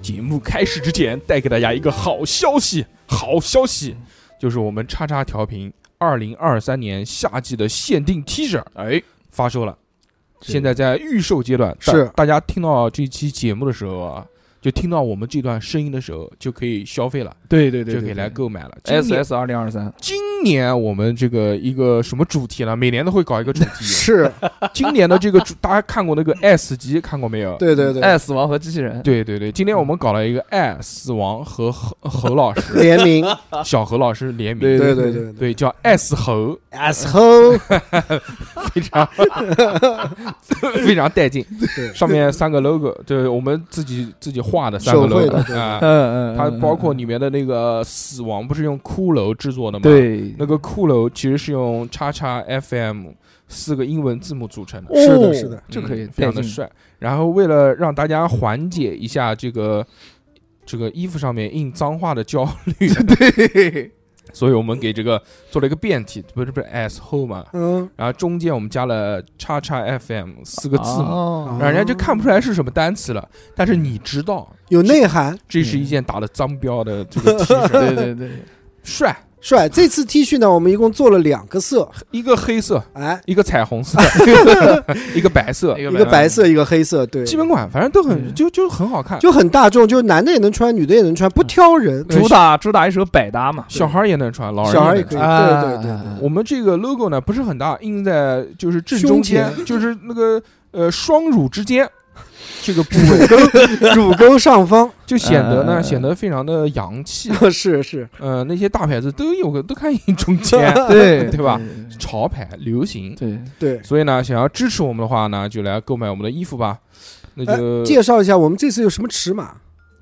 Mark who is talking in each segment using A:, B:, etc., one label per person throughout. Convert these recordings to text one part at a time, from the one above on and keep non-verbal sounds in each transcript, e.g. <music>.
A: 节目开始之前，带给大家一个好消息，好消息就是我们叉叉调频二零二三年夏季的限定 T 恤
B: 哎，
A: 发售了，
B: 这
A: 现在在预售阶段。
B: 是
A: 大大家听到这期节目的时候啊，就听到我们这段声音的时候，就可以消费了，
B: 对对对，
A: 就可以来购买了。今
B: S
A: 年
B: S 二零二三，
A: 今年我们这个一个什么主题呢？每年都会搞一个主题。啊
C: 是，
B: <laughs>
A: 今年的这个主，大家看过那个《爱死机》看过没有？
C: 对对对，
B: 爱死亡和机器人，
A: 对对对，今天我们搞了一个爱死亡和侯侯老师、
C: <laughs> 联名，
A: 小何老师联名，
B: 对
C: 对
B: 对
C: 对对
A: 对叫爱死猴，
C: ，asshole，
A: 非常非常带劲。
C: 对
A: 上面三个 logo，这我们自己自己画的三个
C: 手绘的
A: logo
C: 对
A: 啊，
B: 嗯嗯，
A: 它
B: 嗯
A: 包括里面的那个死亡不是用骷髅制作的吗？，
B: 对
A: 那个骷髅其实是用叉叉 FM 四个英文字母组成的。
C: 是的是的
B: 哦这可以
A: 嗯非常的
B: 带劲
A: 帅。然后为了让大家缓解一下这个这个衣服上面印脏话的焦虑，对，所以我们给这个做了一个变体，不是不是 s hole 嘛，
C: 嗯，
A: 然后中间我们加了叉叉 FM 四个字母，啊
B: 哦 <laughs>
A: 让人家就看不出来是什么单词了，但是你知道。
C: 有内涵，
A: 这是一件打了脏标的这个 T 恤，
B: 对对对，
A: 帅，
C: 帅。这次 T 恤呢，我们一共做了两个色，
A: 一个黑色，
C: 哎，
A: 一个彩虹色， <laughs> 一个白色，
B: 一
C: 一个白色，一个黑色，对，
A: 基本款，反正都很
B: 哎嗯
A: 就就很好看，
C: 就很大众，就是男的也能穿，女的也能穿，不挑人。
B: 主打主打一首百搭嘛，
A: 小孩儿也能穿，老人
C: 小孩
A: 能
C: 也
A: 穿
C: 可以，
B: 啊
C: 对对对对，
A: 我们这个 logo 呢不是很大，印在就是正中间
C: 胸，
A: 就是那个呃双乳之间这个部位，
C: <laughs> 乳沟上方 <laughs>
A: 就显得
C: 哎
A: 呢
B: 嗯
A: 显得非常的洋气。
C: 是是，
A: 呃，那些大牌子都有个都看印中
C: <laughs>
A: 间， <laughs>
B: 对
A: 对吧？潮牌流行。
B: 对，
C: 对。
A: 所以呢，想要支持我们的话呢，就来购买我们的衣服吧。那就
C: 哎介绍一下我们这次有什么尺码？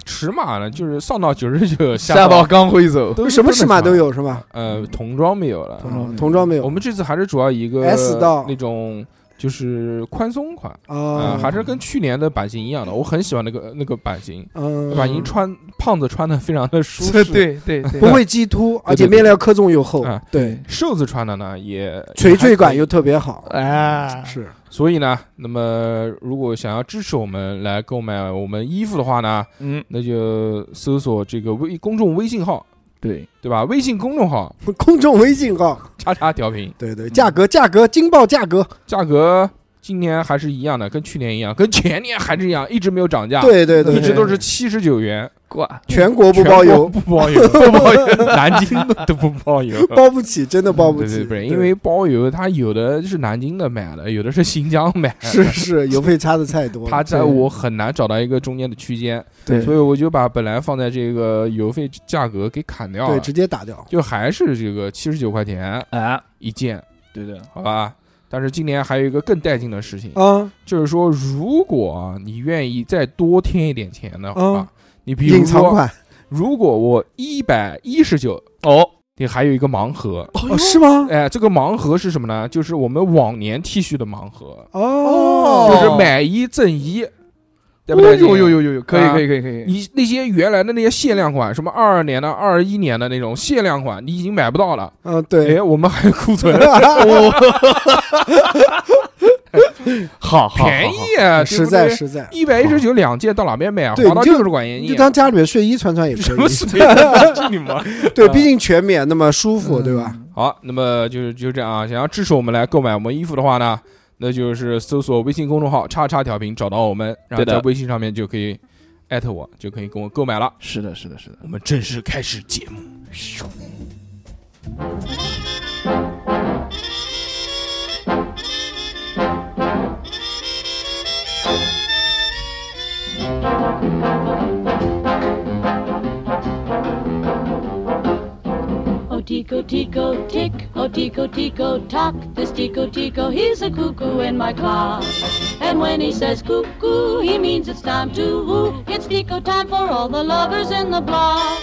A: 尺码呢，就是上到九十九，
B: 吓到
A: 到
B: 刚挥走，
A: 都是
C: 什么尺码都
A: 有。
C: 有是吧？
A: 呃，童装没有了
B: 童，装没有
C: 童装没有
A: 我们这次还是主要以一个
C: S 到
A: 那种就是宽松款。啊、
C: 啊，
A: 还是跟去年的版型一样的，我很喜欢那个那个版型，
C: 嗯，
A: 版型穿胖子穿的非常的舒适，，
B: 对对对，
C: 不会激突，而且面料克重又厚，
A: 啊，
C: 对，
A: 瘦子穿的呢也
C: 垂坠
A: 也
C: 感，
A: 还可
C: 又特别好，
B: 啊，
C: 是
A: 以所以呢，那么如果想要支持我们来购买我们衣服的话呢，
B: 嗯，
A: 那就搜索这个微公众微信号，
B: 对，
A: 对吧？微信公众号
C: <laughs> 公众微信号，
A: 叉叉调频，
C: 对对，价格价格惊爆价格，
A: 价格今年还是一样的，跟去年一样，跟前年还是一样，一直没有涨价，，
C: 对对
A: 一
C: 对，
A: 直都是七十九元，
B: 挂，
C: 全国不
A: 全
C: 包
A: 国
C: 邮，
A: 不包邮，不包邮， <laughs> 南京的都不包
C: <laughs>
A: 邮，
C: 包不起，真的包不
A: 对嗯对
C: 起，
A: 对，因为包邮它有的是南京的买的，有的是新疆买的，
C: <laughs> 是是邮费差的太多了，
A: 它在
B: 对
A: 我很难找到一个中间的区间，
B: 对
A: 所以我就把本来放在这个邮费价格给砍掉
C: 对
A: 了，
C: 直接打掉，
A: 就还是这个七十九块钱
B: 啊，
A: 一件，
B: 对对，
A: 好吧？但是今年还有一个更带劲的事情，
C: 啊，
A: 就是说，如果啊你愿意再多添一点钱的话
C: 嗯，
A: 你比如
C: 隐藏
A: 说，
C: 款
A: 如果我一百一十九，
B: 哦，
A: 你还有一个盲盒，
C: 哦是吗？
A: 哎，这个盲盒是什么呢？就是我们往年 T 恤的盲盒，
C: 哦，
A: 哎就是买一赠一，对不
B: 哦
A: 对？
B: 呦呦呦呦呦，可以
A: 啊
B: 可以可以可以，
A: 你那些原来的那些限量款，什么二二年的、二一年的那种限量款，你已经买不到了。
C: 嗯对， <laughs>
A: 哎，我们还有 <laughs> 库存，
B: 好好
A: 便宜啊，
C: 实在实在，
A: 一百一十九两件，到哪边买啊？
C: 对
A: 花到
C: 你就
A: 六十块钱一
C: 你就
A: 件，
C: 当家里面睡衣穿穿也
A: 什
C: 可
A: 么
C: 以，
A: 水平？你妈！
C: 对，毕竟全棉那么舒
A: 嗯
C: 服，对吧？？
A: 好，那么就是就这样啊。想要支持我们来购买我们衣服的话呢，那就是搜索微信公众号“叉叉调频”找到我们，然后
B: 对的
A: 在微信上面就可以艾特我，就可以跟我购买了。
B: 是的，是的，是的。
A: 我们正式开始节目。
D: Oh, Tico, Tico, tick. Oh, Tico, Tico, tock. This Tico, Tico, he's a cuckoo in my clock. And when he says cuckoo, he means it's time to woo. It's Tico time for all the lovers in the block.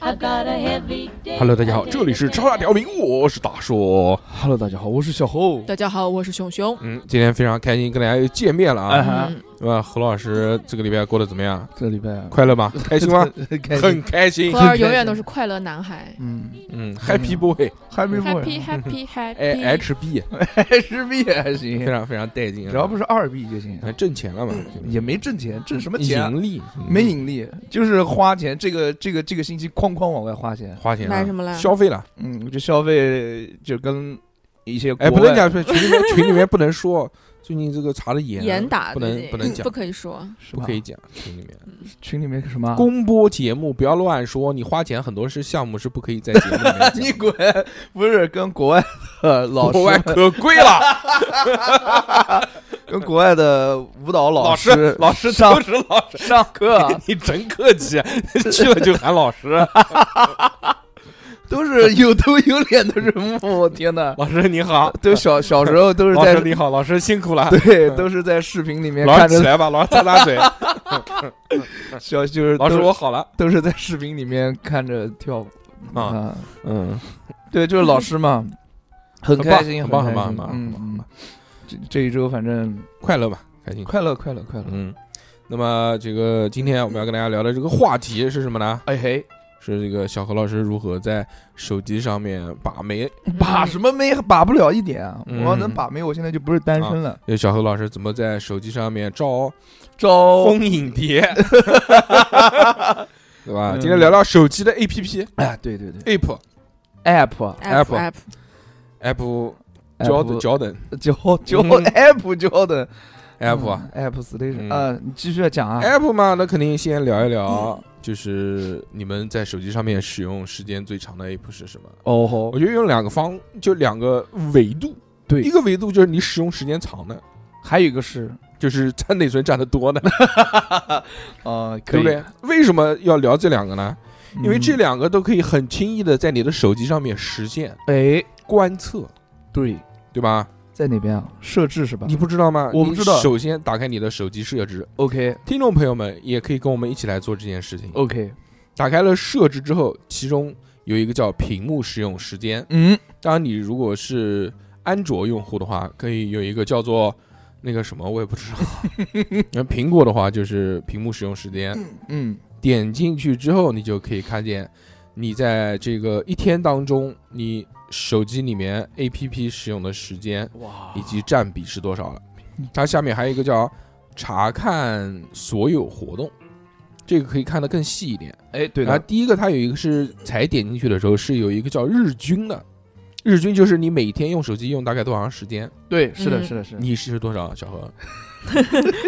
D: I've got a heavy day.
A: Hello，大家好，这里是超大调频，我是大硕。
B: Hello，大家好，我是小侯。
E: 大家好，我是熊熊。
A: 嗯，今天非常开心跟大家又见面了啊！
B: 哎
E: 嗯，
A: 吧？何老师这个礼拜过得怎么样？
B: 这礼拜啊
A: 快乐
B: <laughs>
A: 吗？开心吗？？
B: 开心。
A: 很 <laughs> 开心
E: 何。二永远都是快乐男孩
B: 嗯
A: 嗯，Happy Boy，
B: ，Happy
E: ，Happy
B: Boy，
E: Happy
A: 哎
E: Happy。
A: ，HB，
B: 十 B 还行
A: 非，常非常带劲啊。
B: 只要不是二 B 就行，
A: 哎挣钱了嘛，就是
B: 也没挣钱，挣什么钱啊？
A: 盈利嗯
B: 没盈利，就是花钱。这个这个这个星期哐哐往外花钱，
A: 花钱了啊
E: 买什么了
A: 消费了。
B: 嗯，我就消费就跟一些
A: 哎，
B: 国
A: 不能
B: 外
A: 讲，群里面群里面不能说，最近这个查的严，啊
E: 严打
A: 不
E: 最
A: 能
E: 近
A: 不能讲
E: 不，可以说，
B: 是
A: 不
B: 吧
A: 可以讲群里面。
B: 群里面什么
A: 公播节目不要乱说，你花钱很多是项目是不可以在节目里面讲。
B: <laughs> <laughs> 你滚！不是跟国外的老
A: <laughs>
B: 师
A: 国外可贵了，
B: 跟国外的舞蹈
A: 老
B: 师老师上
A: 都是老师，
B: 上课啊
A: <laughs> 你真客气，啊 <laughs> 去了就喊老师，啊
B: <laughs> 都是有 <laughs> 头有脸的人物，我
A: <laughs>
B: 天哪！
A: 老师你好，
B: 都小小时候都是
A: 老
B: 在
A: 师你好，老师辛苦了，
B: 对，都是在视频里面
A: 老
B: 看
A: 师起
B: 着
A: 来吧，老师擦擦
B: <laughs>
A: 嘴，
B: 小，就是
A: 老师
B: 都
A: 我好了
B: 都是在视频里面看着跳舞
A: 啊，
B: 啊，
A: 嗯，
B: 对，就是老师嘛，很
A: 棒
B: 开心，
A: 很棒
B: 开
A: 很棒很
B: 心
A: 棒
B: 嗯
A: 很棒
B: 嗯，这这一周反正
A: 快乐吧，开心，
B: 快乐快乐快乐，
A: 嗯，那么这个今天我们要跟大家聊的这个话题是什么呢？
B: 哎嘿，
A: 是这个小何老师如何在手机上面把妹，
B: 把什么妹把不了一点啊！
A: 嗯啊
B: 我要能把妹，我现在就不是单身了。
A: 就小何老师怎么在手机上面
B: 哦
A: 招
B: 招
A: 风影
B: <laughs>
A: 碟，对吧？
B: 嗯
A: 今天聊聊手机的 A P P
B: 哎，对对对
A: App 哎
B: ，app 啊
E: app
A: Apple
E: app
A: App 焦等焦等
B: 交交
A: 嗯
B: app 交的
A: App 啊
B: 嗯 app station
A: 嗯哎
B: 啊，你继续讲啊。
A: App 嘛，那肯定先聊一聊，就是你们在手机上面使用时间最长的 App 是什么？
B: 哦吼
A: 我，觉得有两个方，就两个维度，
B: 对
A: 一个维度就是你使用时间长的，
B: 还有一个
A: <laughs>
B: 是
A: 就是占内存占的多的，
B: 啊，
A: 对
B: 可以
A: 不
B: 嗯
A: 对？为什么要聊这两个呢？因为这
B: 两
A: 两个都可以很轻易的在你的手机上面实现
B: 哎，
A: 观测，
B: 对，
A: 对吧？
B: 在哪边啊？设置是吧
A: 你不知道吗？
B: 我不
A: 你
B: 知道
A: 首先打开你的手机设置，
B: ？OK
A: 听众朋友们也可以跟我们一起来做这件事情。
B: OK，
A: 打开了设置之后，其中有一个叫屏幕使用时间。
B: 嗯，
A: 当然，你如果是安卓用户的话，可以有一个叫做那个什么，我也不知道。那苹果的话就是屏幕使用时间，
B: 嗯，
A: 点进去之后，你就可以看见你在这个一天当中，你手机里面 APP 使用的时间
B: 哇
A: 以及占比是多少了。它下面还有一个叫查看所有活动，这个可以看得更细一点。
B: 哎，对
A: 然
B: 的
A: 后，第一个它有一个是才点进去的时候是有一个叫日均的，日均就是你每天用手机用大概多长时间？
B: 对，是的，
E: 嗯
B: 是的，是的。
A: 你是多少？小何，
E: <laughs>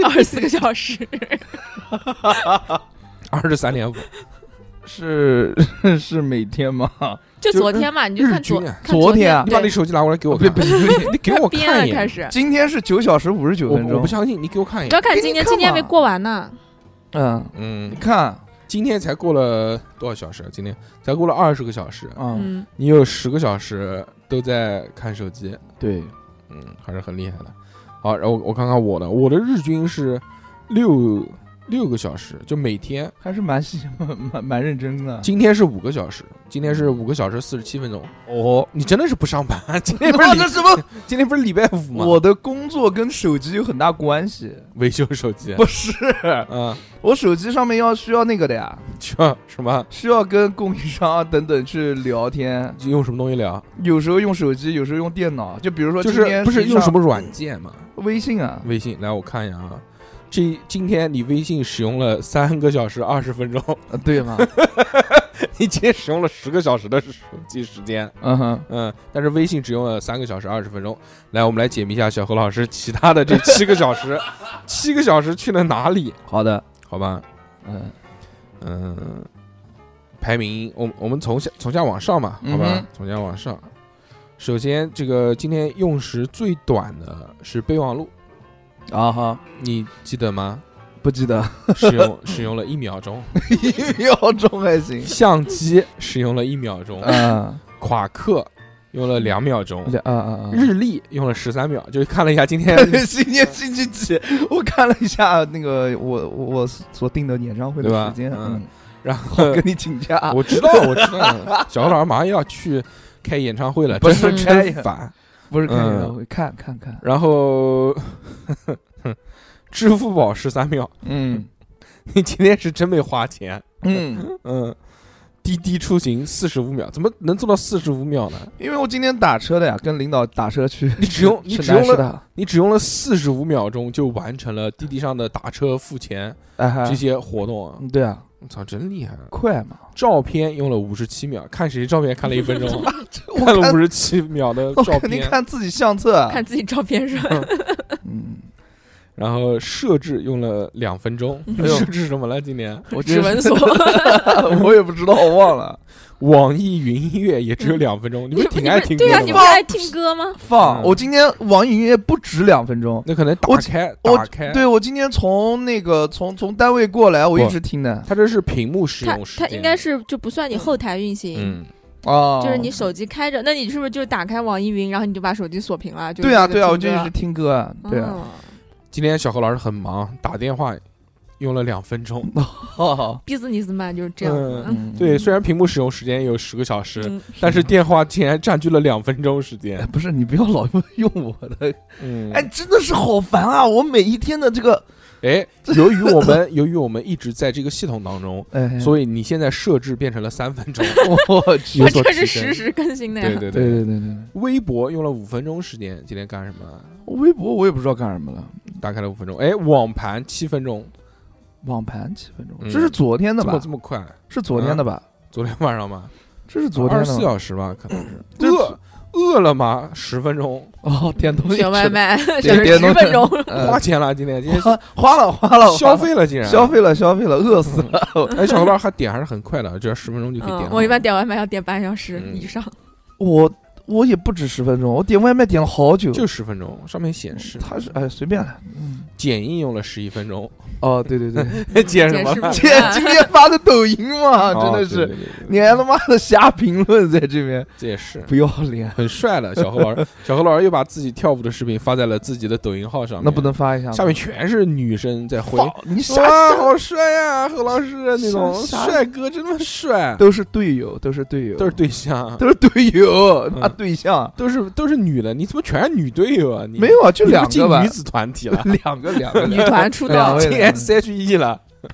E: 二十四个小时，
A: 二十三点五。
B: 是是 <laughs> 每天吗？
E: 就昨天嘛，你就看
A: 日
E: 昨
A: 均啊
E: 看
B: 昨天啊
A: 你把
E: 对
A: 你手机拿过来给我
B: 别
A: 看，
B: 别，
A: 你给我
E: 编啊
A: 看一
E: 开
A: 眼。
E: 始，
B: <laughs> 今天是九小时五十九
A: 我
B: 分
A: 我
B: 钟
A: 不。相信，你给我看一
E: 不
A: 眼
E: 要。看
B: 给
E: 今
B: 你
E: 天，
B: 看
E: 今天
B: 嘛
E: 没过完呢，
B: 嗯，
A: 嗯
B: 你，看，
A: 今天才过了多少小时啊？今天才过了二十个小时，
B: 嗯，
E: 嗯，
A: 你有十个小时都在看手机，
B: 对，
A: 嗯，还是很厉害的。好，然后我看看我的，我的日均是六六个小时，就每天。
B: 还是蛮细蛮 <laughs> 蛮蛮认真的。
A: 今天是五个小时，今天是五个小时四十七分钟。
B: 哦，
A: 你真的是不上班？ <laughs> 今天不是
B: 哎那
A: 礼
B: 这什么？
A: 今天不是礼拜五吗？
B: 我的工作跟手机有很大关系，
A: 维修手机，
B: 不是？
A: 嗯，
B: 我手机上面要需要那个的呀，
A: 去啊什么？
B: 需要跟供应商啊等等去聊天，
A: 用什么东西聊？
B: 有时候用手机，有时候用电脑。就比如说
A: 就
B: 今
A: 是
B: 天
A: 不是
B: 际
A: 用什
B: 上
A: 么软件嘛？
B: 微信啊？
A: 微信，来我看一眼啊。这今天你微信使用了三个小时二十分钟， <laughs>
B: 呃对吗？
A: 你今天使用了十个小时的手机时间，
B: <laughs> 嗯哼，
A: 嗯，但是微信只用了三个小时二十分钟。来，我们来解密一下小何老师其他的这七个小时，七个小时去了哪里？
B: 好的，
A: 好吧，
B: 嗯，
A: 嗯，排名，我我们从下从下往上嘛，好吧，
B: 嗯哼
A: 从下往上。首先，这个今天用时最短的是备忘录，
B: 啊哈，
A: 你记得 <laughs> 吗？
B: 不记 <laughs> 得
A: 使用使用了一秒 <laughs> 钟，
B: 一秒钟还行
A: 相机使用了一秒钟，
B: 啊，
A: 夸克用了嗯两秒钟，嗯
B: 啊啊啊！
A: 日历用了十三秒，就看了一下今天
B: 今天星期几？我看了一下那个我我我所定的演唱会
A: 对
B: 的
A: 吧
B: 时间，
A: 嗯
B: 嗯，
A: <laughs> 然后
B: 跟你请假，
A: 我知道我知道，小何老师马上要去开演唱会了，
B: 不是
A: 真
B: 开
A: 真烦。
B: 不是看演
A: 嗯
B: 唱会，看看看，
A: 然后支付宝十三秒，
B: 嗯
A: 你今天是真没花钱。
B: 嗯，
A: 嗯，滴滴出行四十五秒，怎么能做到四十五秒呢？
B: 因为我今天打车的呀，跟领导打车去，
A: 你只用你
B: <laughs> 去
A: 只用
B: 南师
A: 了
B: 大，
A: 你只用了四十五秒钟就完成了滴滴上的打车付钱
B: 哎嗨
A: 这，些活动啊
B: 嗯！对啊，
A: 我操，真厉害！
B: 快嘛！
A: 照片用了五十七秒，看谁照片看了一
B: <laughs>
A: 分钟，
B: 我
A: 看了
B: 看
A: 五十七秒的
B: 我
A: 照
B: 肯定
A: 片，
B: 看自己相册啊，
E: 看自己照片上， <laughs>
B: 嗯，
A: 然后设置用了两分钟，
B: 哎呦
A: 设置什么了？今年
B: 我
E: 指
B: 真
E: 纹
B: 是
E: 锁，
B: <laughs> 我也不知道，我忘了
A: 网易云音乐也只有两分钟，你不是挺爱听歌
B: 啊
E: 对呀、啊
A: 的
E: 你不
A: 吗？
E: 是爱听歌吗？
B: 放。
A: 嗯
B: 我今天网易云音乐不止两分钟，
A: 那可能打
B: 我
A: 开
B: 我
A: 打开，
B: 对我今天从那个从从单位过来，我一
A: 不
B: 直听的
A: 它这是屏幕使
E: 它
A: 用时
E: 它
A: 间，
E: 应该是就不算你后台运行，
A: 嗯，
B: 啊，
E: 就是你手机开着，那你是不是就打开网易云，然后你就把手机锁屏了？就是
B: 对啊
E: 这个
B: 对啊，
E: 听
B: 我就一
E: 歌
B: 直听歌啊，对啊，
E: 哦
A: 今天小何老师很忙，打电话用了两分钟。
E: 哦
B: 好好，
E: business man 就是这样的。嗯
B: 嗯
A: 对，，虽然屏幕使用时间有十个小时，
E: 嗯
A: 但是电话竟然占据了两分钟时间。
B: 哎 <laughs> 不是你不要老用我的，
A: 嗯，
B: 哎，真的是好烦啊！我每一天的这个，
A: 哎，由于我
B: <laughs>
A: 们由于我们一直在这个系统当中，
B: 哎，
A: 所以你现在设置变成了三
E: <laughs>
A: 分钟。
B: 我去，
A: 有
E: 啊，
A: 所
E: 这是
A: 提升
E: 实时更新的
A: 对
E: 呀。
A: 对
B: 对对对对对，
A: 微博用了五分钟时间，今天干什么？
B: 微博我也不知道干什么了，
A: 打开了五分钟。哎，网盘七分钟，
B: 网盘几分钟，
A: 嗯
B: 这是嗯昨天的
A: 怎么
B: 吧
A: 这？么快？
B: 是昨天的吧？
A: 昨天晚上吗？
B: 这是昨天
A: 二
B: 的
A: 十
B: 吧
A: 四小时吧，可能 <clears throat> 是。
B: 这
A: 饿饿了吗？十分钟，
B: 哦，点东
A: <laughs>
B: 西
E: 点外
B: 吃的，
E: 卖，
B: 点
E: 十
B: 点东
E: 十
B: 西
E: 分钟，
B: 呃
A: 花钱了，今 <laughs> 天今天
B: 花 <laughs> 花了花了，
A: 哦消费了，竟然 <laughs>
B: 消。费了消费了，饿死了。
A: 哎，小何老师还点还是很快的，只要十分钟就可以点
E: 嗯，
A: 好了。
E: 我一般点外卖要点半小时
A: 嗯
E: 以上，
B: 我我也不止十分钟，我点外卖点了好久。
A: 就嗯十分钟，上面显示
B: 他是哎随便
A: <laughs>
B: 了，嗯，
A: 剪映用了十一分 <laughs> 钟，
B: 哦对对对，
A: 剪啊
E: 什么
A: <laughs>
E: 了
B: 今今 <laughs> 天发的抖音嘛，真
A: 哦
B: 的
A: 对嗯
B: 是，
A: 对对对
B: 你还他妈的瞎评论在这边，
A: 这也是
B: 不要脸，
A: 很帅了。小何 <laughs> 老师，小何老师又把自己跳舞的视频发在了自己的抖音号上面，
B: 那不能发一下吗？
A: <laughs> 嗯下面全是女生在回，
B: 放你瞎
A: 哇，
B: 瞎
A: 好帅呀，何老师啊那种
B: 啥啥
A: 帅哥真他妈帅，
B: 都是队友，都是队友，
A: 都是对象，
B: 都是队友，
A: 嗯
B: 啊对象
A: 都是都是女的，你怎么全是女队友啊？你
B: 没有啊，就
A: 你都
B: 两
A: 进
B: 个吧，
A: 女，子团体了
B: <laughs> 啊两个两个
A: <laughs>
E: 女
B: 两个，
E: 团出
B: 两
E: 道
B: 位，
A: 进 S H E 了。
B: <laughs>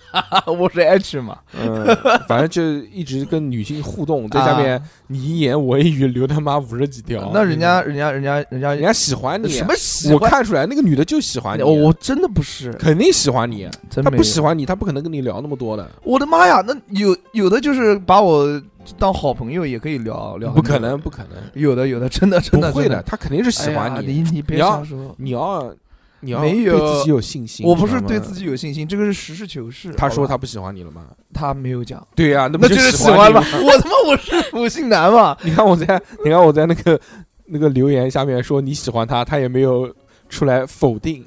B: 我是 H 嘛，
A: <laughs> 嗯，反正就一直跟女性互动，在下面你一言我一语，留他妈五十几条。
B: 那人家人家人家人家
A: 人家喜欢你，
B: 嗯
A: 啊
B: 什么喜
A: 我
B: 欢？
A: 看出来那个女的就喜欢你，啊
B: 我我真的不是，
A: 肯定喜欢你。
B: 真
A: 她
B: 没
A: 不
B: 有
A: 喜欢你，她不可能跟你聊那么多的，
B: 我的妈呀！那有有的就是把我当好朋友也可以聊聊，
A: 不可能，，不可能，
B: 有的有的真的真
A: 不
B: 的
A: 会
B: 真
A: 的，她肯定是喜
B: 哎呀
A: 欢
B: 你，
A: 你。
B: 你别
A: 你要
B: 瞎说，
A: 你要，你要
B: 没有
A: 对自己有信心。
B: 我不是
A: 知道吗
B: 对自。己有信心，这个是实事求是。
A: 她啊说
B: 好吧
A: 她不喜欢你了吗？
B: 他没有讲，
A: 对呀，那不
B: 那就是
A: 喜
B: 喜欢
A: 你
B: 吧
A: 吗？？
B: 我他妈我是我性
A: <laughs>
B: 男
E: <laughs>
B: 嘛，
A: 你看我在，你看我在那个那个留言下面说你喜欢她，她也没有出来否定。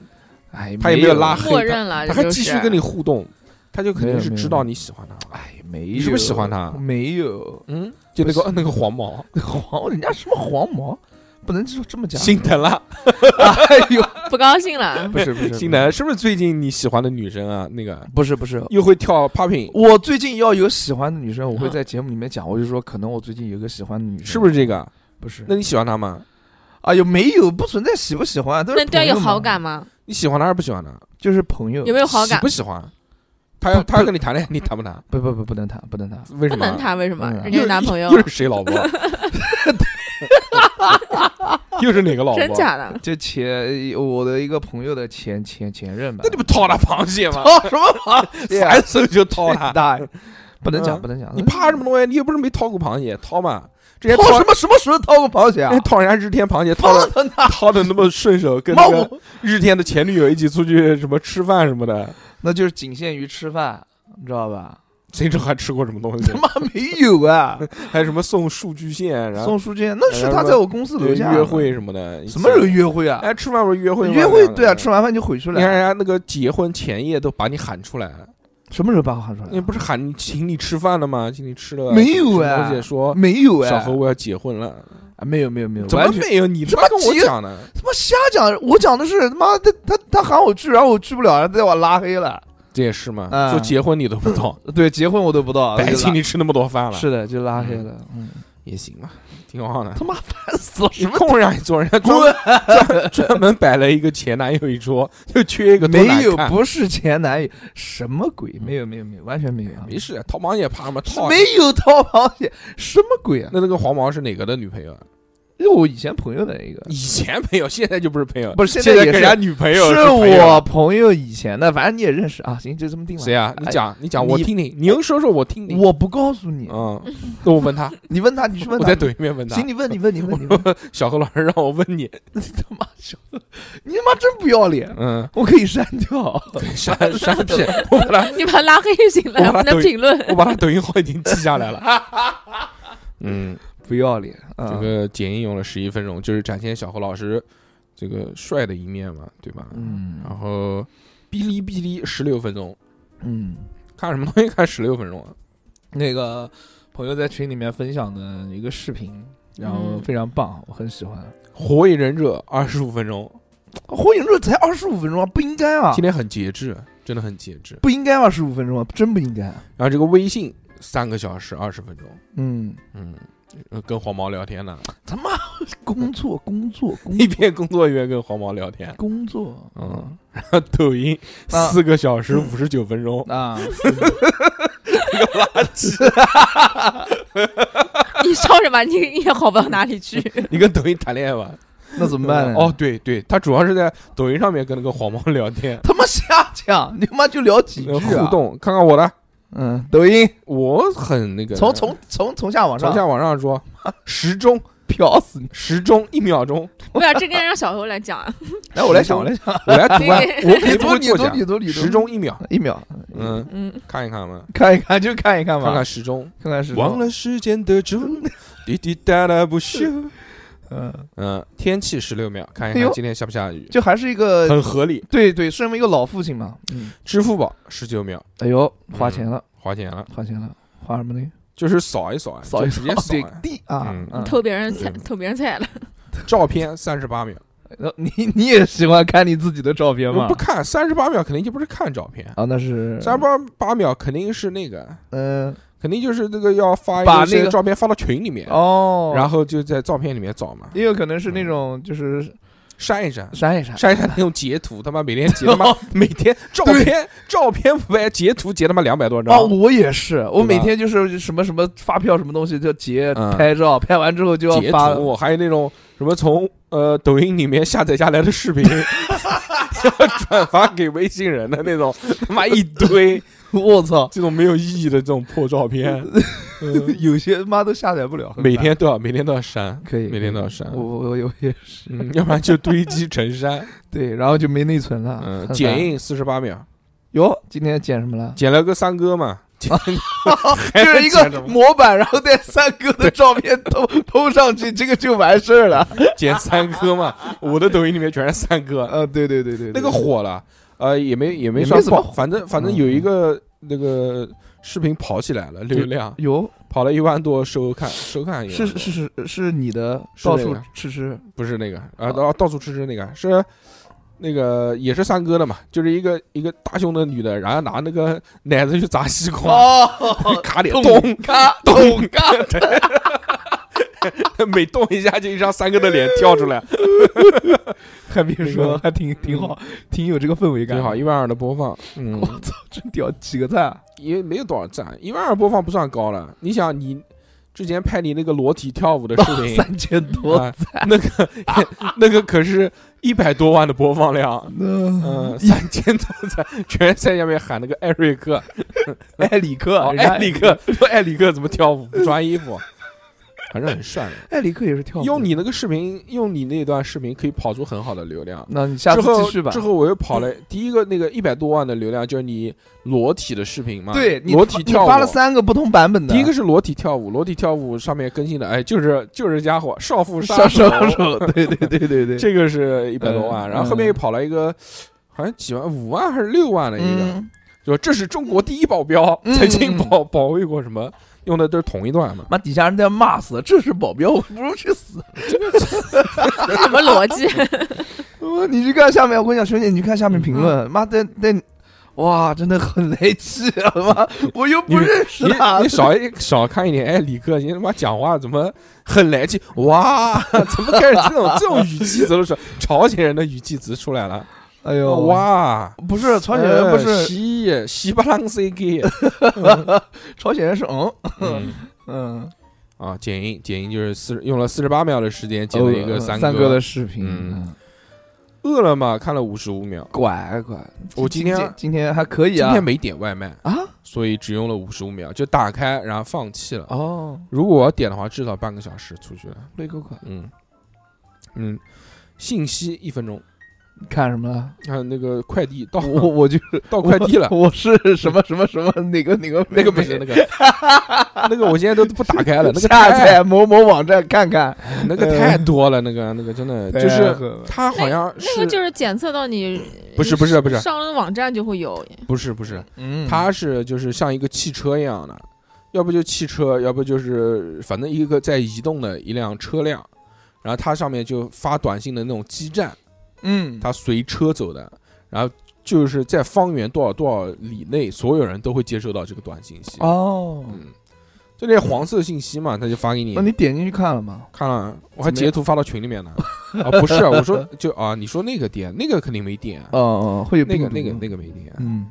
B: 哎，
A: 他也没有拉黑
E: 默认了，
A: 他
E: 这
A: 还
E: 就啊
A: 继续
E: 是
A: 跟你互动，他就肯定
B: 没有
A: 是
B: 没有
A: 知道你喜欢他。
B: 哎，没有，
A: 你是不是喜欢他啊
B: 没有， <laughs>
A: 嗯，就那个那个黄毛
B: 黄人家什么黄毛，不能就这么
E: 啊
B: 讲。
A: 心疼了，
B: 哎呦，
E: 不高
A: <laughs>
E: 兴了。
B: 不是不是
A: 心疼， <laughs> 是不是最近你喜欢的女生啊？那个
B: 不是不是，
A: 又会跳 popping，
B: 我最近要有喜欢的女生，我会在节目里面讲，我就说可能我最近有个喜欢的女
A: 嗯
B: 生，
A: 是不是这个？
E: 嗯
B: 不是？
A: 那你喜欢她吗？
B: 哎呦，没有，不存在喜不喜欢，都是
E: 那对他
B: 朋友
E: 有
B: 嘛
E: 好感，吗？
A: 你喜欢她还是不喜欢她？
B: 就是朋友
E: 有。没有好感
A: 喜不？喜欢？他要
B: 不
A: 他要跟你谈恋爱，你谈不谈？
B: 不不不，不能谈，不能谈。
A: 为
E: 不
A: 什么？
E: 能谈，为什么？
B: 嗯
E: 人家有男朋友
A: 又，是谁
E: <laughs>
A: 老婆？ <laughs> 又是哪个老婆？
E: <laughs> 真？假的？
B: 就前我的一个朋友的前前前任吧
A: 那。你不哎掏他螃蟹吗？
B: <laughs> 哦，什么
A: <laughs>
B: 螃蟹啊？
A: 反手就掏 <laughs> 他。
B: 大爷，不能
A: 嗯
B: 讲，不能讲。
A: 你怕什么东西？你又不是没掏过螃蟹，掏嘛。之前
B: 掏
A: 掏
B: 什么什么时候掏过螃蟹啊
A: 哎？掏人家日天螃蟹，掏
B: 掏
A: 的
B: 的那
A: 掏的那么顺手，跟
B: 妈
A: 那个
B: 我，
A: 日天的前女友一起出去什么吃饭什么的，
B: 那就是仅限于吃饭，你知道
A: <laughs>
B: 吧？
A: 谁知道还吃过什么东西
B: 他？妈没有啊！
A: 还有什么送数据线，然后
B: 宋书娟，那是
A: 然后
B: 他在我公司
A: 对
B: 楼下
A: 约会。什么的，
B: 什么时候？约会啊？
A: 哎，吃饭不是约会吗？
B: 约会对啊，吃
A: 吃。
B: 完饭就回去
A: 你看
B: 了。
A: 人家那个结婚前夜都把你喊出来了，
B: 什么时候把我喊出来
A: 你
B: 了？
A: 不是喊你请你吃饭了吗？请你吃了
B: 没有
A: 哎，
B: 啊
A: 而且说
B: 没有哎，
A: 小何我要结婚了，
B: 啊没有没有没有，
A: 怎么
B: 完全
A: 没有？你他
B: 怎
A: 妈
B: 么
A: 跟我
B: 结
A: 讲的，
B: 他妈瞎讲？我讲的是他妈他他他喊我去，然后我去不了，然后再把我拉黑了。
A: <laughs> 这也是嘛？<laughs>
B: 嗯
A: 说结婚你都不懂，
B: 对，结婚我都不到，
A: 白
B: 就拉
A: 请你吃那么多饭了。
B: 是的，就拉黑了。嗯，
A: 也行吧，挺好的。
B: 他妈烦死了！
A: 有空让你做，人家专 <laughs> 专专门摆了一个前男友一桌，就缺一个多
B: <laughs> 没
A: 难
B: 有，
A: 看
B: 不是前男友，什么鬼？没有，没有，没有，完全没有啊，
A: 没事，逃螃蟹怕什么？
B: 是
A: 套
B: 没有套螃蟹，什么鬼啊？
A: 那那个黄毛是哪个的女朋友啊？
B: 因为我以前朋友的一个，
A: 以前没有，现在就不是朋友，
B: 不是
A: 现
B: 现在也
A: 给人
B: 是
A: 家女朋友
B: 是
A: 朋友
B: 我朋友以前的，反正你也认识啊。行，就这么定了。
A: 谁啊？你讲，你讲，我
B: 你
A: 听听。您说说，我听听。
B: 我不告诉你，
A: 嗯，那我问 <laughs> 他，
B: 你问他，你去问
A: 我
B: 他
A: 在。对面问他
B: 行，。你问，你问，你问，你 <laughs> 问。
A: 小何老师让我问你，
B: 你他妈小子， <laughs> 你他妈真不要脸！
A: 嗯，
B: 我可以删掉。
A: 删删屁，我把他
E: 你把他拉黑就行
A: 我
E: 了，
A: 把
E: 不
A: 他抖
E: 能
A: 音
E: 评论。
A: 我把他抖音号已经记下
B: <laughs>
A: 来了。嗯，
B: 不要脸啊！
A: 这个剪映用了十一分钟，就是展现小何老师这个帅的一面嘛，对吧？
B: 嗯
A: 然后哔哩哔哩十六分钟，
B: 嗯，
A: 看什么东西看十六分钟啊？
B: 那个朋友在群里面分享的一个视频，然后
E: 嗯
B: 非常棒，我很喜欢。
A: 火影忍者二十五分钟，
B: 火影忍者才二十五分钟啊，不应该啊
A: 今，天很节制，真的很节制。
B: 不应该二十五分钟啊，真不应该。
A: 然后这个微信三个小时二十分钟，
B: 嗯，
A: 嗯，呃跟黄毛聊天呢，
B: 他妈 <laughs> 工作工作工
A: 一边工作一边跟黄毛聊天。
B: 工作，
A: 嗯，然后抖音
B: 啊
A: 四个小时五十九分钟， <laughs>
B: 啊，
E: 你笑什么？你也好不到哪
A: <laughs>
E: 里去。
A: 你跟抖音谈恋爱吧？
B: 那怎么办 <laughs> 呢？
A: 哦，，对对，他主要是在抖音上面跟那个黄毛聊天，
B: 他妈瞎讲，你他妈就聊几句
A: 呃
B: 啊
A: 互。动。看看我的，
B: 嗯，抖音
A: 我很那个，
B: 从从从从下往
A: 从
B: 上，
A: 下往上
B: <laughs>
A: 说，时钟
B: 嫖死你！
A: 时钟一秒
B: <laughs>
A: 钟，
E: 不要，这个让小侯来讲啊。
B: 来，我来想，我来
A: <laughs>
B: 想，
A: 我来读啊，
E: 对
A: 我给
B: 你
A: 不
B: 读，
A: 会
B: 你
A: 作
B: 读，
A: 假。
B: 你读，你读。
A: 时钟一秒，
B: 一秒，
A: 嗯，
E: 嗯，
A: 看一看嘛，
B: <laughs> 看一看就看一看
A: 看
B: 嘛，
A: 看时钟，
B: 看看是
A: 忘，了时间的
B: <laughs>
A: 钟，滴滴答答不休。
B: 嗯，
A: 嗯，天气十六秒，看一
B: 哎
A: 看
B: 呦
A: 今天下不下雨，
B: 就还是一个，
A: 很合理。
B: 对对，身为一个老父亲嘛，嗯，
A: 支付宝十九秒，
B: 哎呦，花钱了，
A: 花钱了，
B: 花钱了，花什么呢？
A: 就是扫一扫啊，
B: 扫一
A: 就直接扫
B: 对
A: 啊。
B: 地啊
A: 嗯，
B: 嗯
E: 偷别人菜，
A: 嗯
E: 偷别人菜了。
A: <laughs> 照片三十八秒，
B: 呃你你也喜欢看你自己的照片吗
A: 不？看三十八秒肯定就不是看照片，
B: 啊，那是
A: 三十八八秒肯定是那个，
B: 嗯，
A: 肯定就是这个要发一
B: 把
A: 些
B: 那个
A: 照片发到群里面，
B: 哦，
A: 然后就在照片里面找嘛，
B: 也有可能是那种就是
A: 删一 <laughs> 删。
B: 删一删，
A: 删一删那种截图，他妈每天截他
B: <laughs> 哦
A: 妈每天照片照片五百，截图截他妈两百多
B: 哦，
A: 张，
B: 我也是，
A: 对
B: 我
A: 吧
B: 每天就是什么什么发票什么东西就截
A: 嗯
B: 拍照，拍完之后就
A: 截
B: 要发， <laughs>
A: 图，还有那种什么从呃抖音里面下载下来的
B: <laughs>
A: 视频，要转发给微信人的那种，他妈一堆 <laughs>
B: 我操，
A: 这种没有意义的这种破照片，嗯
B: 有些妈都下载不了，
A: 每天都要每天都要删，
B: 可以，
A: 每天都要删
B: 我，我我也是，
A: 嗯，要不然就堆积成
B: <laughs>
A: 山。
B: 对，然后就没内存了，
A: 嗯
B: 啊很，烦
A: 剪映四十八秒，
B: 哟，今天剪什
A: <laughs>
B: 么了？
A: 剪了个三哥嘛，剪还
B: 啊 <laughs> 就是一
A: 剪什
B: 个
A: 么
B: 模板，然后带三哥的照片都 <laughs> 抛上去，这个就完事儿
A: <laughs>
B: 了。
A: <laughs> 剪三哥嘛，我的抖音里面全是三哥，
B: 呃，对对对对，
A: 那个火了，呃，也没也没
B: 也没
A: 算
B: 怎么
A: 爆，
B: 火
A: 反正反正
B: 嗯
A: 有一个那个视频跑起来了，流量
B: 有
A: 跑了一万多收看，收看一万
B: 是
A: 多
B: 是是是你的
A: 是
B: 到
A: 这
B: 处
A: 个
B: 吃吃，
A: 不是那个啊？到到处吃吃那个是。那个也是三哥的嘛，就是一个一个大胸的女的，然后拿那个奶子去砸西瓜，
B: 哦
A: 卡脸
B: 咚
A: 咚，
B: 嘎
A: 咚
B: 咚嘎，
A: <laughs> 每动一下就一张三哥的 <laughs> 脸跳出来，
B: 还别
A: 那个嗯
B: 说，还挺挺好，挺有这个氛围感，
A: 挺好，一万二的播放， <laughs> 嗯，
B: 我操，真屌，几个赞啊？
A: 也没有多少赞，一万二播放不算高了。你想，你之前拍你那个裸体跳舞的视 <laughs> 频，
B: 三千多，
A: 哎啊那个 <laughs> 那个可是一百多万的播放 <laughs> 量，
B: 嗯，
A: 嗯，三千多赞， <laughs> 全在下面喊那个艾瑞克，
B: 埃里克
A: <laughs> 哦，，
B: 人家
A: 艾里，克， <laughs> 说艾里克怎么跳舞不穿衣 <laughs> 服，反正很帅。
B: 埃里克也是跳
A: <laughs>
B: 舞，
A: 用你那个视频，用你那段视频可以跑出很好的流量。
B: 那你下
A: 之
B: 次
A: 后
B: 继续吧。嗯
A: 之后我又跑了第一个那个一百多万的流量，就是你裸体的视频嘛，
B: 对，你
A: 啊裸
B: 发
A: 体
B: 你
A: 跳舞
B: 发了三个不同版本的，
A: 第一个是裸体跳舞，裸体跳舞上面更新的，哎，就是就是家伙少妇杀
B: 杀
A: 手，
B: 手手，对对对对对，
A: <laughs> 这个是一百多万，
B: 嗯
A: 然后后面又跑了一个，好像几万五万还是六万的一个，
B: 嗯，
A: 就说这是中国第一保镖，
B: 嗯
A: 曾经保保卫过什么，用的都是同一段嘛，
B: 妈底下人都要骂死了，这是保镖，我不如去死。
E: 什么逻辑？
A: 嗯
B: 我说你去看下面，我跟你讲，学姐，你去看下面评论，妈的，那哇，真的很雷气，他妈，我又不
A: 你
B: 认识
A: 你
B: 他
A: 你，少一少看一点，哎，李克，你他妈讲话怎么很来气？哇， <laughs> 怎么开始这种这种语气词都是朝鲜人的语气词出来了？
B: 哎呦，
A: 哇，
B: 不是朝鲜人，不
A: 呃
B: 是
A: 西西巴郎 C K，
B: 朝鲜人是嗯
A: 嗯 <laughs>
B: 嗯，
A: 啊，剪映剪映就是四十用了四十八秒的时间剪了一个
B: 呃
A: 三
B: 三
A: 哥
B: 哥的视频，
A: 嗯，饿了么看了五十五秒，
B: 乖乖，
A: 我今天
B: 今天还可以
A: 今
B: 啊，
A: 天没点外卖，
B: 啊
A: 所以只用了五十五秒就打开，然后放弃了。
B: 哦，
A: 如果我要点的话，至少半个小时出去了。
B: 累够快，
A: 嗯嗯，信息一分钟，
B: 你看什么了？
A: 看啊那个快递到
B: 我我就
A: 到哦快递了，
B: 我我是什么什么什么哪个哪个
A: 那个不是那
B: <laughs>
A: 个，那个我现在都不打开了，那个
B: 下
A: 太
B: 载嗯某某网站看看，
A: 那个太多了，那个那个真的就
B: 太
A: 是
B: 狠了
A: 它好像是
E: <laughs> 那个就是检测到你
A: 不是不是不是
E: 上了网站就会有，
A: 不是不是，
B: 嗯
A: 它是就是像一个汽车一样的，要不就汽车，要不就是反正一个在移动的一辆车辆，然后它上面就发短信的那种基站，
B: 嗯
A: 它随车走的，然后就是在方圆多少多少里内，所有人都会接收到这个短信息。
B: 哦，
A: 嗯，就那黄色信息嘛，他就发给你
B: 那。你点进去看了吗？
A: 看了，我还截图发到群里面呢。 <laughs> 啊，不是啊，我说就啊，你说那个点，那个肯定没点，
B: 哦哦，会有
A: 那
B: 病
A: 个
B: 毒
A: 那个那个没点。
B: 嗯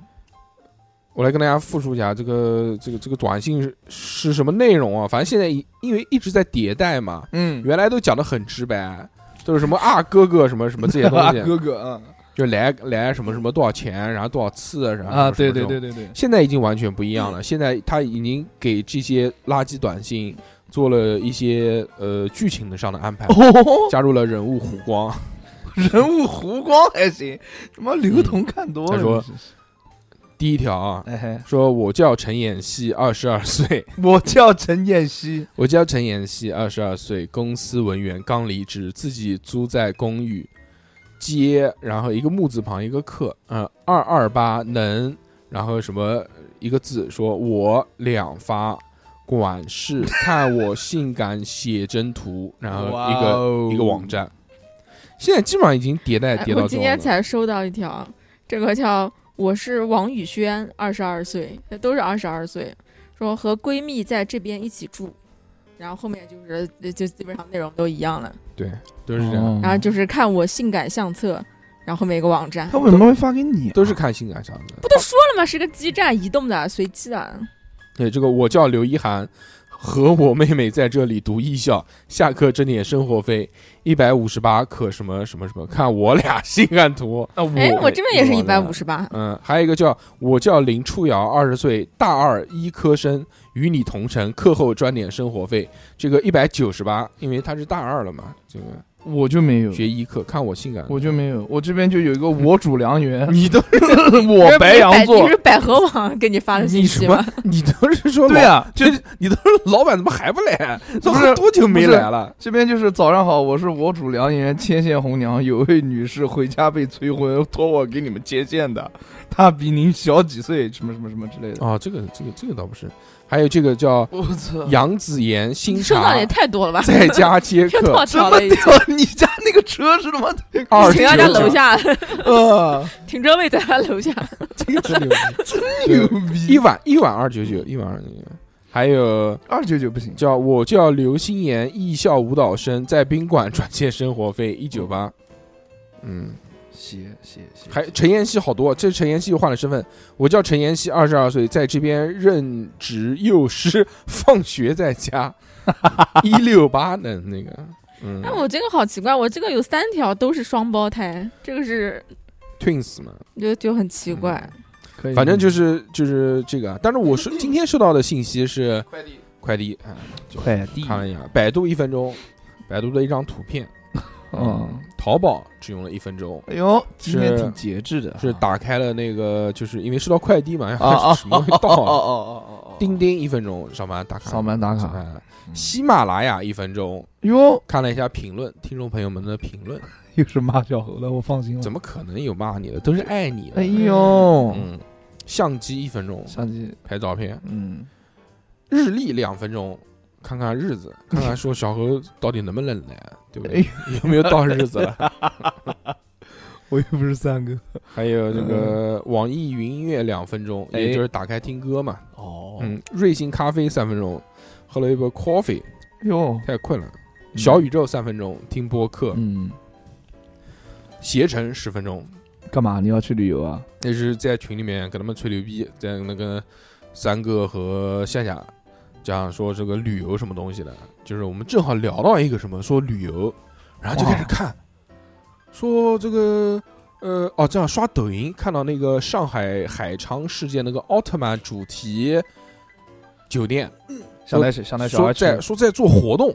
A: 我来跟大家复述一下这个这个这个短信是是什么内容啊？反正现在一因为一直在迭代嘛，
B: 嗯，
A: 原来都讲的很直白，都是什么啊哥哥什么什么这些 <laughs> 东西，
B: <laughs> 哥哥啊
A: 就来来什么什么多少钱，然后多少次，然后
B: 啊，
A: 什么
B: 对
A: 这
B: 对
A: 种
B: 对对对，
A: 现在已经完全不一样
B: 嗯
A: 了，现在他已经给这些垃圾短信做了一些呃剧情的上的安排，
B: 哦，
A: 加入了人物弧光。
B: 人物弧光还行，什么刘同看多了，
A: 他说
B: 你是
A: 第一条啊，
B: 哎嘿，
A: 说我叫陈妍希，二十二岁，
B: 我叫陈妍希，
A: 我叫陈妍希，二十二岁，公司文员，刚离职，自己租在公寓，街，然后一个木字旁一个克，嗯，二二八能，然后什么一个字，说我两发。管事看我性感写真图，然后一
B: 哇
A: 个、
B: 哦
A: 一个网站，现在基本上已经迭代
E: 哎
A: 迭到这
E: 我今
A: 种了
E: 天。才收到一条，这个叫我是王宇轩，二十二岁，那都是二十二岁，说和闺蜜在这边一起住，然后后面就是就就基本上内容都一样了，
A: 对，都是这
B: 哦
A: 样，
E: 然后就是看我性感相册，然后后面一个网站，
B: 他为什么会发给你啊？
A: 都是看性感相的。
E: 不都说了吗？是个基站，移动的，随机的。
A: 对，这个我叫刘一涵，和我妹妹在这里读艺校， <laughs> 下课挣点生活费，一百五十八可什么什么什么，看我俩性感图。
B: 啊，
E: 哎，我这边也是一百五
B: 十，
E: 十八，
A: 嗯，还有一个叫我叫林初瑶，二十岁，大二医科生，与你同城，课后赚点生活费，这个一百九十八，因为他是大二了嘛，这个
B: 我就没有，
A: 学医课，看我性感。
B: 我就没有，我这边就有一个我主良缘，
A: <laughs> 你
B: <laughs>
A: 都
E: 不
B: 我
E: 是
B: 白羊
E: 你
B: 座
E: 是，百合网给你发的
A: 你
E: 信息
A: 什么
E: 吗？？
A: 你都是说
B: 对
A: 呀、
B: 啊，就
A: 这你都是老板怎么还不来？啊都
B: 不是
A: 多久没
B: 不是
A: 来了？
B: 这边就是早上好，我是我主良缘牵线红娘，有位女士回家被催婚，托我给你们接线的，她比您小几岁，什么什么什么之类的。
A: 哦，这个这个这个倒不是，还有这个叫
B: 我操
A: 杨子妍新
E: 收到
A: 茶
E: 嗯的也太多了
A: <laughs>
E: 吧？
A: 在家接
E: 这多
A: 客，
B: 这
E: 少
B: 么
E: 了一
B: 屌！你家那个车是他妈
A: 二十
E: 停到家楼
A: 九
E: 下，
B: 呃，
E: 停车位在他楼下。
A: 这个真牛逼
B: 牛
A: 一
B: 逼！
A: 碗一碗二九九，一碗二九九。还有
B: 二九九不行，
A: 叫我叫刘心妍，艺校舞蹈生，在宾馆赚些生活费一九八。嗯，
B: 写写写，
A: 还陈妍希好多，这陈妍希又换了身份。我叫陈妍希，二十二岁，在这边任职幼师，放学在
E: <laughs>
A: 家，一六八的那个。嗯
E: 那我这个好奇怪，我这个有三条都是双胞胎，这个是
A: ，Twins 嘛，
E: 就就很奇怪。
B: 可以
A: 反正就是就是这个啊，但是我
B: <laughs>
A: 是今天收到的信息是快递，快递，啊，就
B: 快递
A: 看了一下，百度一分钟，百度的一张图片，
B: 嗯，
A: 淘宝只用了一分钟，
B: 哎呦，今天
A: 是
B: 挺节制的啊，
A: 是打开了那个，就是因为收到快递嘛，要
B: 啊啊
A: 看什么会
B: <laughs> 哦哦哦
A: 到，
B: 哦哦哦，
A: 钉钉一分钟上班打卡，
B: 上班打嗯
A: 上
B: 卡，
A: 班喜马拉雅一分钟，
B: 哟，
A: 看了一下评论，听众朋友们的评论，
B: <laughs> 又是骂小猴了，我放心了。
A: 怎么可能有骂你的，都是爱你
B: 哎
A: 的，
B: 呦，
A: 嗯，相机一分钟
B: 相机，
A: 拍照片，
B: 嗯，
A: 日历两分钟，看看日 <laughs> 子，看看啊哎说小何到底能不能来，对不对？有没有到日子了？
B: 我又不是三哥。
A: <laughs> 还有这个嗯网易云音乐两分钟，
B: 哎
A: 也就是打开听歌嘛。
B: 哦
A: 嗯，瑞幸咖啡三分钟，喝了一杯 coffee，
B: 哟，
A: 太困了。小宇宙三分钟听播客，
B: 嗯，
A: 携程十分钟，
B: 干嘛？你要去旅游啊？
A: 那是在群里面给他们吹牛逼，在那个三哥和夏夏讲说这个旅游什么东西的，就是我们正好聊到一个什么说旅游，然后就开始看，说这个呃哦这样刷抖音看到那个上海海昌事件那个奥特曼主题酒店，
B: 想带想带小
A: 说
B: 孩去？
A: 在说在做活动，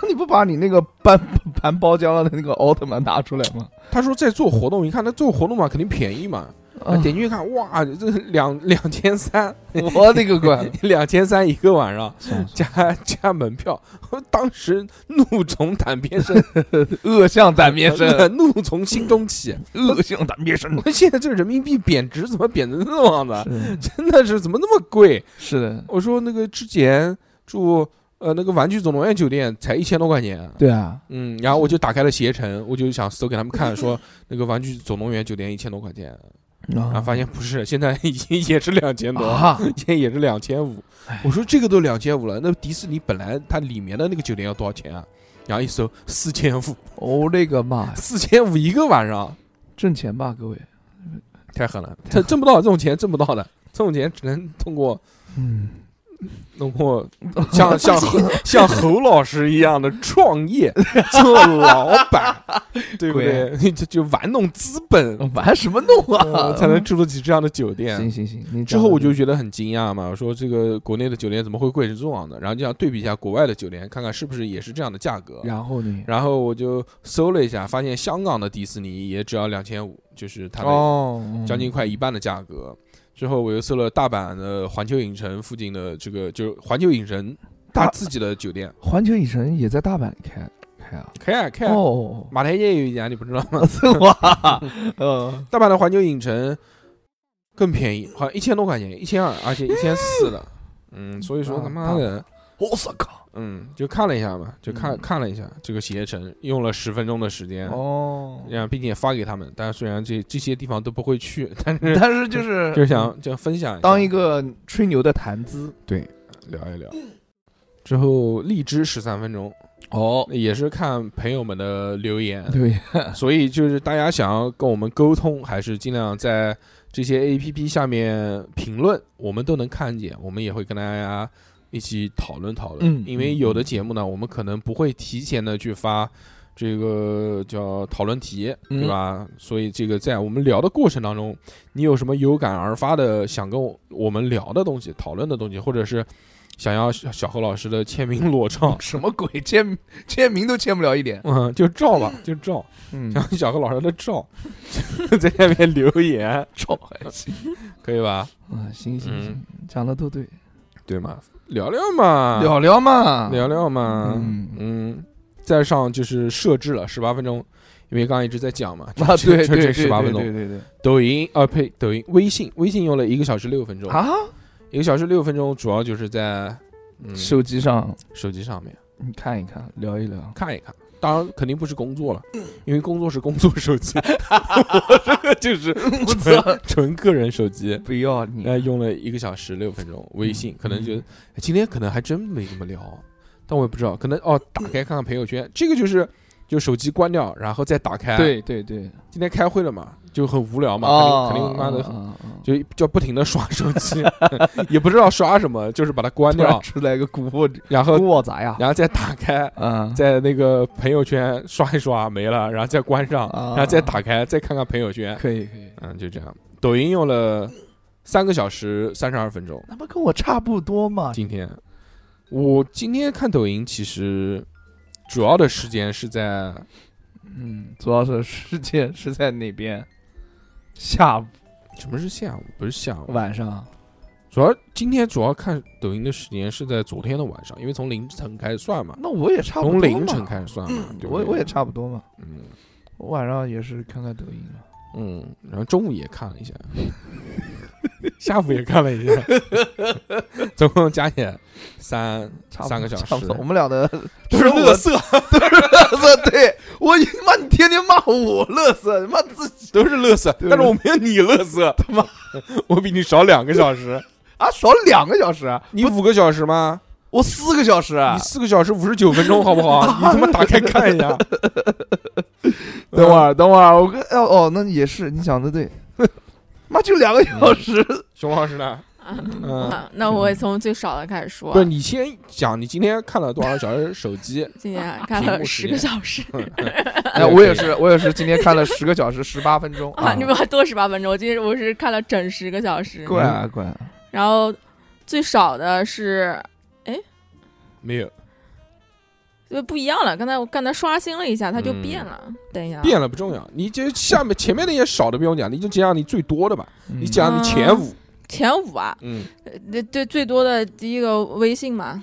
B: 那你不把你那个搬 <laughs> 搬包浆了的那个奥特曼拿出来吗？ <laughs>
A: 他说在做活动，你看他做活动嘛肯定便宜嘛，
B: 啊
A: 点进去看哇这两两千三。
B: 我的个乖！
A: 啊 <laughs> 两千三一个晚上，
B: 啊
A: 加加门票， <laughs> 我当时怒从胆边
B: <laughs>
A: 生，呃
B: 恶向胆边生，
A: 怒从心中
B: <laughs>
A: 起。
B: 恶向胆边生。
A: 我现在这个人民币贬值怎么贬成这样子？
B: 是
A: 真的是怎么那么贵？
B: 是的，
A: 我说那个之前住呃那个玩具总动员酒店才一千多块钱。
B: 对啊，
A: 嗯，然后我就打开了携程，我就想搜给他们看，说那个玩具总动员酒店一千多块钱，然后
B: 啊
A: 发现不是，现在已 <laughs> 经也是两千多。
B: 啊，
A: <laughs> 现在也是两千五。哎我说这个都两千五了，那迪士尼本来它里面的那个酒店要多少钱啊？然后一搜四千五，
B: 我勒哦个妈呀！
A: 四千五一个晚上，
B: 挣钱吧，各位。
A: 太狠了，挣挣不到这种钱，挣不到的，这种钱只能通过
B: 嗯，
A: 通
B: <laughs>
A: 过像像侯像侯老师一样的创业做老
B: <laughs>
A: 板，对不
B: 啊
A: 对？就就玩弄资本，
B: 玩什么弄
A: 呃
B: 啊？
A: 才能住得起这样的酒店。
B: 行行行，你
A: 之后我就
B: 讲
A: 觉得很惊讶嘛，我说这个国内的酒店怎么会贵成这样的？然后就想对比一下国外的酒店，看看是不是也是这样的价格
B: 的。然后呢？
A: 然后我就搜了一下，发现香港的迪士尼也只要两千五，就是它的
B: 哦，嗯
A: 将近快一半的价格。之后我又搜了大阪的环球影城附近的这个，就是环球影城它
B: 大哦
A: 自己的酒店，
B: 环球影城也在大阪开开啊。
A: 开啊开啊，
B: 哦，
A: 马台街有一家你不知道吗？
B: 哇，嗯，
A: 大阪的环球影城更便宜，好像一千多块钱，一千二，而且一千四的。嗯，所以说
B: 大
A: 他妈的。
B: 我操靠！
A: 嗯，就看了一下嘛，就看、
B: 嗯
A: 看了一下这个携程，用了十分钟的时间，
B: 哦，
A: 然后并且发给他们。但是虽然这这些地方都不会去， <laughs> 但是
B: 但是就是
A: 就想就分享一下
B: 嗯当一个吹牛的谈资
A: 聊一聊。之后荔枝十三分钟，
B: 哦，
A: 也是看朋友们的留言，
B: 对，
A: 所以就是大家想要跟我们沟通，还是尽量在这些 A P P 下面评论，我们都能看见，我们也会跟大家一起讨论讨论。
B: 嗯
A: 因为有的节目呢，我们可能不会提前的去发这个叫讨论题，
B: 嗯，
A: 对吧？所以这个在我们聊的过程当中，你有什么有感而发的想跟我我们聊的东西、讨论的东西，或者是想要小小何老师的签名裸照
B: 什么鬼签 <laughs> 签名都签不了一点，
A: <laughs> 嗯，就照吧，就照。
B: 嗯
A: <laughs> 像小何老师的照， <laughs> 在下面留言，
B: <laughs> 照还行
A: 可以吧？
B: 啊，行行
A: 嗯
B: 行，讲的都对，
A: 对嘛，聊聊嘛，
B: 聊聊嘛，
A: 聊聊嘛，
B: 嗯
A: 嗯，再上就是设置了十八分钟，因为刚刚一直在讲嘛，
B: 啊，对对对
A: 十八
B: 对
A: 分
B: 对
A: 钟，
B: 对对
A: 抖音啊呸，抖音微信微信用了一个小时六分钟，
B: 啊，
A: 一个小时六分钟主要就是在嗯
B: 手机上
A: 手机上面
B: 你看一看，聊一聊，
A: 看一看。当然，肯定不是工作了，因为工作是工作手机， <laughs> 我这个就是纯纯个人手机。
B: 不要你
A: 那用了一个小时六分钟，微信
B: 嗯
A: 可能就
B: 嗯
A: 哎今天可能还真没怎么聊，啊但我也不知道，可能哦，打开看看朋友圈，这个就是就手机关掉，然后再打开。，
B: 对对对，
A: 今天开会了嘛，就很无聊嘛，肯定肯定哎妈的
B: 啊啊啊
A: 就就不停的刷手机， <laughs> 也不知道刷什么，就是把它关
B: <laughs> 突然
A: 掉，
B: 出来个古惑
A: 然
B: 古
A: 后
B: 惑仔啊呀，
A: 然后再打开。
B: 啊，
A: 在那个朋友圈刷一刷没了，然后再关上，
B: 啊
A: 然后再打开，再看看朋友圈，
B: 可以可以，
A: 嗯，就这样。抖音用了三个小时三十二分钟，
B: 那不跟我差不多嘛，
A: 今天我今天看抖音，其实主要的时间是在
B: 嗯，主要是事件是在哪边？下午
A: 什么是下午？不是下午，
B: 晚上
A: 主要今天主要看抖音的时间是在昨天的晚上，因为从凌晨开始算嘛，
B: 那我也差不
A: 从
B: 多嘛嗯
A: 凌晨，开始算嘛，对不
B: 我
A: 对
B: 我也差不多嘛。
A: 嗯
B: 我晚上也是看看抖音嘛。
A: 嗯，然后中午也看了 <laughs> 一下，下午也看了一下，总共加起来三
B: 差不多
A: 三个小
B: 差不
A: 时
B: 多。我，们俩的
A: <laughs> 都是乐色，
B: 对，我你妈你天天骂我乐色，妈自己
A: 都是乐色，
B: 对
A: 但是我没有你乐色。 <laughs> 他
B: 妈，
A: 我比你少两个小时，
B: 啊少两个小时啊，
A: 你五个小时吗？
B: 我四个小时啊
A: 你，四个小时五十九分钟，好不 <laughs> 好？你他妈打开看一 <laughs> 下。
B: 等会儿等会儿，我跟哦哦那也是你讲的对， <laughs> 妈就两个小时，
A: 熊老师呢？嗯，
E: 啊，那我也从最少的开始说
A: 不。是，你先讲，你今天看了多少小时手机？
E: 今天看
A: 屏
E: 了
A: 幕时
E: 十
A: 间
E: 个
A: <laughs>
E: 小时
B: <laughs> 哎我也是我也是今天看了十个小时十八分钟
E: 啊！你们多十八分钟，我今天我是看了整十个小时，
B: <laughs> 怪啊怪啊，
E: 然后最少的是
A: 没有
E: 就不一样了。刚才我刚才刷新了一下，它就变了。等一下，
A: 嗯
E: 啊
A: 变了不重要，你就下面前面那些少的不用讲，你就讲你最多的吧，
B: 你
E: 嗯
A: 你讲你前五。
E: 前五啊，
A: 嗯，
E: 呃那最最多的第一个微信嘛，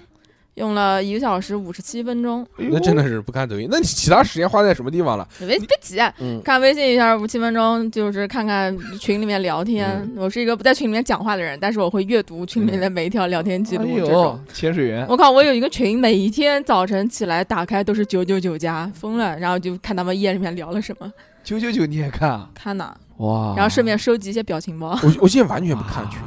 E: 用了一个小时五十七分钟。
B: 哎
A: 那真的是不看抖音，那你其他时间花在什么地方了？
E: 别别急啊，
A: 嗯，
E: 看微信一下五七分钟，就是看看群里面聊天。
B: 嗯
E: 我是一个不在群里面讲话的人，但是我会阅读群里面的每一条聊天记录
B: 哎
E: 这种
B: 呦。潜水员，
E: 我靠！我有一个群，每一天早晨起来打开都是九九九加，疯了。然后就看他们夜里面聊了什么，
B: 九九九你也看啊？
E: 看呐，
B: 哇
E: 然后顺便收集一些表情包。
B: <laughs>
A: 我我现在完全不看群，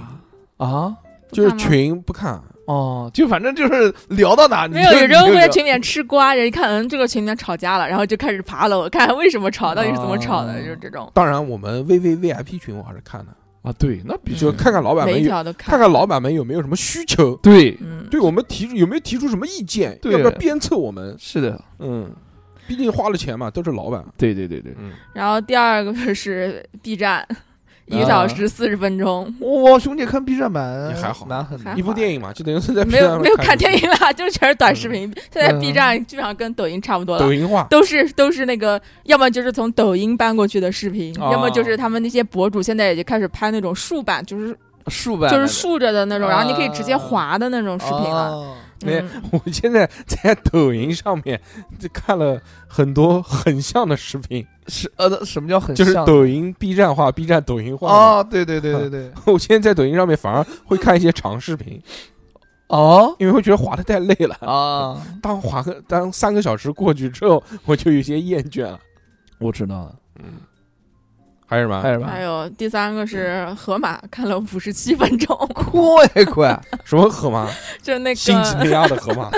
B: 啊。
A: 就是
E: 不看吗
A: 群不看。
B: 哦，就反正就是聊到哪，你
E: 没有，
B: 就
E: 有时候
B: 你
E: 会
B: 就
E: 在群里面吃瓜，人一看，嗯，这个群里面吵架了，然后就开始爬楼，看为什么吵，到底是怎么吵的，
B: 啊
E: 就是这种，
A: 当然，我们 VV VIP 群我还是看的，
B: 啊，对，那必须
A: 就看看老板
E: 每
A: 们
E: 一
A: 有
E: 条都
A: 看看老板们有没有什么需求，
B: 对，
E: 嗯，
A: 对我们提出有没有提出什么意见，
B: 对
A: 要不要鞭策我们？
B: 是的，
A: 嗯，毕竟花了钱嘛，都是老板。
B: 对对对对，
A: 嗯，
E: 然后第二个就是 B 站，一个小时四十分钟，
B: 哇，熊姐看 B 站版
A: 也还好
B: 蛮狠的
E: 还
A: 一部电影嘛，就等于是在
E: 啊没有
A: P 站
E: 没有
A: 上
E: 看电
A: 一部，
E: 影啦， <laughs> 就全是短视频。现在
B: 嗯
E: B 站基本上跟抖音差不多了
A: 抖。音化。
E: <laughs> 都是都是那个，要么就是从抖音搬过去的视频，
B: 哦
E: 要么就是他们那些博主现在也就开始拍那种竖版，就是
B: 竖版
E: 就是竖着的那种，
B: 啊
E: 然后你可以直接滑的那种视频了。
B: 哦
A: 对
E: 嗯，
A: <laughs> 我现在在抖音上面就看了很多很像的视频，
B: 是呃，那什么叫很
A: 就是
B: 像
A: 抖音 B 站化、B 站抖音化。
B: 哦，对对对对对，
A: <laughs> 我现在在抖音上面反而会看一些长视频，
B: <laughs> 哦
A: 因为会觉得滑的太累了。 <laughs>
B: 啊，
A: 当滑个当三个小时过去之后，我就有些厌倦了。
B: 我知道了，
A: 嗯，还有什么？
B: 还有什
E: 还
B: 么？
E: 有第三个是河马，看了五十七分钟，
B: 快快，
A: 什么河马？<laughs>
E: 就那
A: 新几
E: 个
A: 内亚的河
E: <laughs>
A: 马。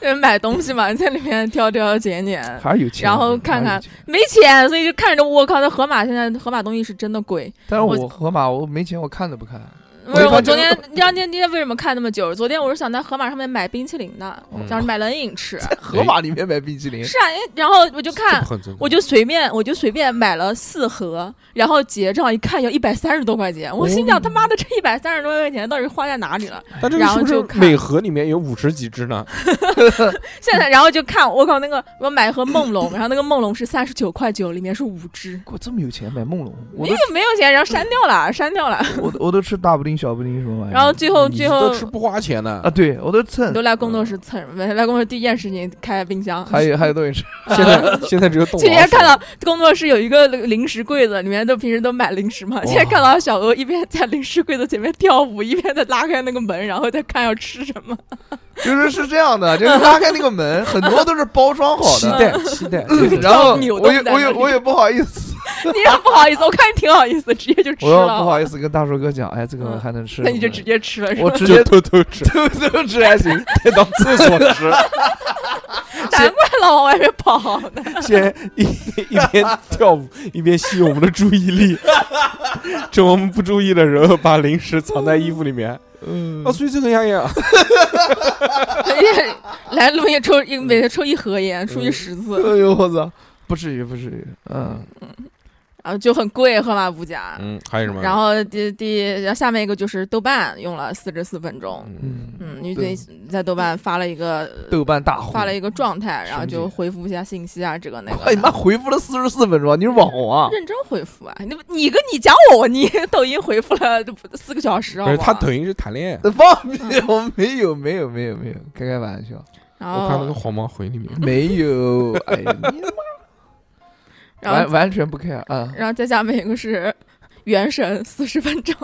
E: 就是买东西嘛，在里面挑挑拣拣，
B: 还是有钱，
E: 然后看看
B: 还是有钱，
E: 没钱，所以就看着我靠，那河马现在河马东西是真的贵。
B: <laughs> 但是
E: 我
B: 我河马我没钱，我看都不看，
E: 不
B: 我
E: 是
B: 一般
E: 我
B: 就
E: 昨天，你知道今天为什么看那么久？昨天我是想在河马上面买冰淇淋的，
A: 嗯
E: 想买冷
A: <laughs>
E: 饮吃。
B: 河马里面买冰淇 <laughs> 淋，
E: 是啊，哎然后我就
A: 这
E: 看
A: 不，很尊贵
E: 我就随便我就随便买了四盒，然后结账一看要一百三十多块钱，我
A: 哦
E: 心想他妈的这一百三十多块钱到底是花在哪里了？
A: 但这个
E: 然后
A: 是
E: 就
A: 不是
E: 看
A: 每盒里面有五十几只呢？
E: 现在然后就看我靠那个我买一盒梦龙，然后那个梦龙是三十九块九，里面是五只。
B: 我这么有钱买梦龙，我
E: 那
B: 都
E: 个没有钱，然后删掉了，删掉了。
B: 我都我都吃大布丁、小布丁什么玩意儿，
E: 然后最后
A: 嗯你
E: 最后
A: 都吃不花钱的
E: <laughs>
B: 啊，，对我都蹭
E: 你都，来工作室蹭，没来工作室第一件事情开冰箱。
B: 还有还有东西吃， <laughs>
A: 现在现在只有动
E: 今天
A: 老鼠
E: 看到工作室有一个零食柜子，里面都平时都买零食嘛。今天看到小鹅一边在零食柜子前面跳舞，一边在拉开那个门，然后再看要吃什么。 <laughs>
B: 就是是这样的，就是拉开那个门，很多都是包装好
A: 期
B: 的，嗯
A: 待期待，
B: 然后
E: 扭
B: 我
E: 动
B: 也
E: 在
B: 我也
E: 那里
B: 我也不好意思，
E: 你也不好意思，我看你挺好意思，直接就吃
B: 我要不好
E: 了。
B: 意思跟大叔哥讲，哎，这个
E: 嗯
B: 还能吃，
E: 那你就直接吃了，是吧
B: 我直
A: 就
B: 接
A: 偷偷吃，
B: 偷偷吃还行，
A: 带到厕所吃，
E: 难怪老往外面跑
B: <laughs>
E: 呢。 <laughs>
A: 先一一边跳舞一边吸引我们的注意力，趁我们不注意的时候把零食藏在衣服里面。
B: 嗯
A: 啊，所以这个样样，
E: 来录音抽
B: 嗯
E: 一每天抽一盒烟，出去十
B: 哎
E: 次，
B: 呦我操，不至于不至于，嗯，
E: 然后就很贵，河马五家。
A: 嗯，还有什么？
E: 然后第第然后下面一个就是豆瓣用了四十四分钟，
A: 嗯，
B: 嗯，
E: 嗯，因
B: 对
E: 为在豆瓣发了一个
B: 豆瓣大户，
E: 发了一个状态，然后
B: 熊姐
E: 就回复一下信息啊，这个那个的。
B: 哎你妈回复了四十四分钟啊，你是网红啊？
E: 认真回复啊！你你跟你讲我，你 <laughs> 抖音回复了 <laughs> 四个小时，好
A: 不是
E: 不
A: 他
E: 好？
A: 抖音是谈恋爱。
E: <laughs>
B: 放屁！我没有，没有，没有，没有，开开玩笑，
E: 然
A: 我看那个
E: 后
A: 黄毛回
E: <laughs>
A: 里面，
B: 没有。哎呀，你
E: 然
B: 完
E: 后
B: 完全不 care 啊！
E: <laughs> 然后再下面一个是 <laughs> 原神四十分钟，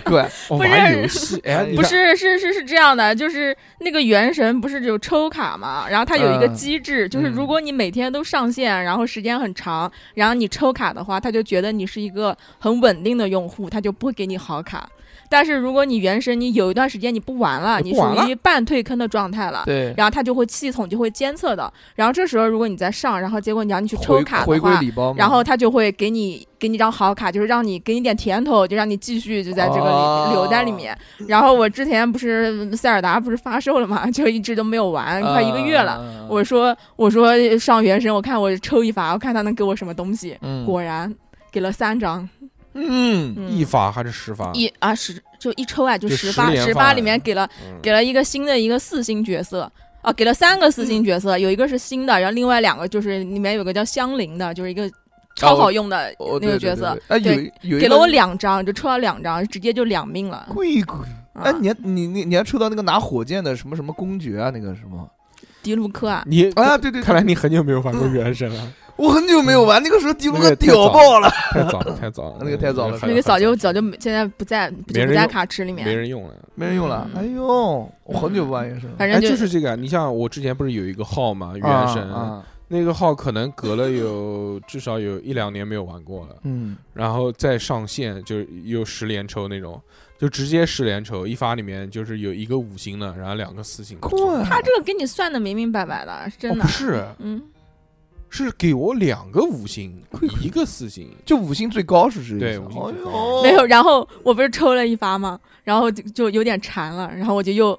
B: 乖乖，
A: 哦，
E: 不是
A: 玩游
E: <laughs>
A: 戏，哎，你
E: 不
A: 看
E: 是是是是这样的，就是那个原神不是有抽卡嘛，然后它有一个
B: 嗯
E: 机制，就是
B: 嗯
E: 如果你每天都上线，然后时间很长，然后你抽卡的话，它就觉得你是一个很稳定的用户，它就不会给你好卡。但是如果你原神你有一段时间你不玩了，
A: 你
E: 你
A: 不玩了
E: 属于半退坑的状态了。
B: 对，
E: 然后它就会系统就会监测的，然后这时候如果你再上，然后结果你让你去抽
B: 回
E: 卡的
B: 回归
E: 话，
B: 礼包嘛，
E: 然后他就会给你给你张好卡，就是让你给你点甜头，就让你继续就在这个
B: 哦
E: 里留在里面。然后我之前不是塞尔达不是发售了嘛， <laughs> 就一直都没有玩，快一个月了。
B: 了
E: 我说我说上原神，我看我抽一发，我看他能给我什么东西。
B: 嗯
E: 果然给了三张，
B: 嗯
E: 嗯、
A: 一发还是十发？
E: 一啊十就一抽啊就
A: 就十
E: 十发，
A: 连
E: 十
A: 发
E: 发里面给了
A: 嗯
E: 给了一个新的一个四星角色。啊，给了三个四星角
B: 嗯
E: 色，有一个是新的，然后另外两个就是里面有个叫香菱的，就是一个超
B: 哦
E: 好用的
B: 哦对
E: 那
B: 对
E: 个角
B: 对
E: 色
B: 对，哎有
E: 对
B: 一有一
E: 给
B: 个
E: 了我两张，就抽到两张，直接就两命了。
B: 贵贵，哎
E: 啊，
B: 你还你你你还抽到那个拿火箭的什么什么公爵啊，那个什么
E: 迪卢克啊，
A: 你
B: 啊，对对，
A: 看来你很久没有玩过原神了，
B: 我很久没
E: 嗯
B: 有玩，那个时候迪卢
A: 那
B: 克
A: 个太早
B: 屌爆了，
A: 太早了，太早了，
B: 那个太早了
A: 还
E: 那
A: 有
E: 个早就
A: 很
E: 早就没现在不在不
A: 没人
E: 不在
A: 用
E: 卡池里面
A: 没，人用了。
B: 没人用了，
E: 嗯
B: 哎呦，我很久不玩原神了，
E: 反
A: 哎，
E: 正
A: 就是这个，你像我之前不是有一个号嘛，原神
B: 啊，啊
A: 那个号可能隔了有至少有一两年没有玩过了，
B: 嗯，
A: 然后再上线就又十连抽那种，就直接十连抽，一发里面就是有一个五星的，然后两个四星的。
B: 快
E: 啊他这个给你算的明明白白的，是真
A: 哦
E: 的
A: 不。是，
E: 嗯，
A: 是给我两个五星
B: 快快，
A: 一个四星。
B: 就五星最高是这意
A: 对
B: 思吗
A: 五星最
B: 哎
A: 高
B: 呦
E: 没有。然后我不是抽了一发吗？然后就就有点馋了，然后我就又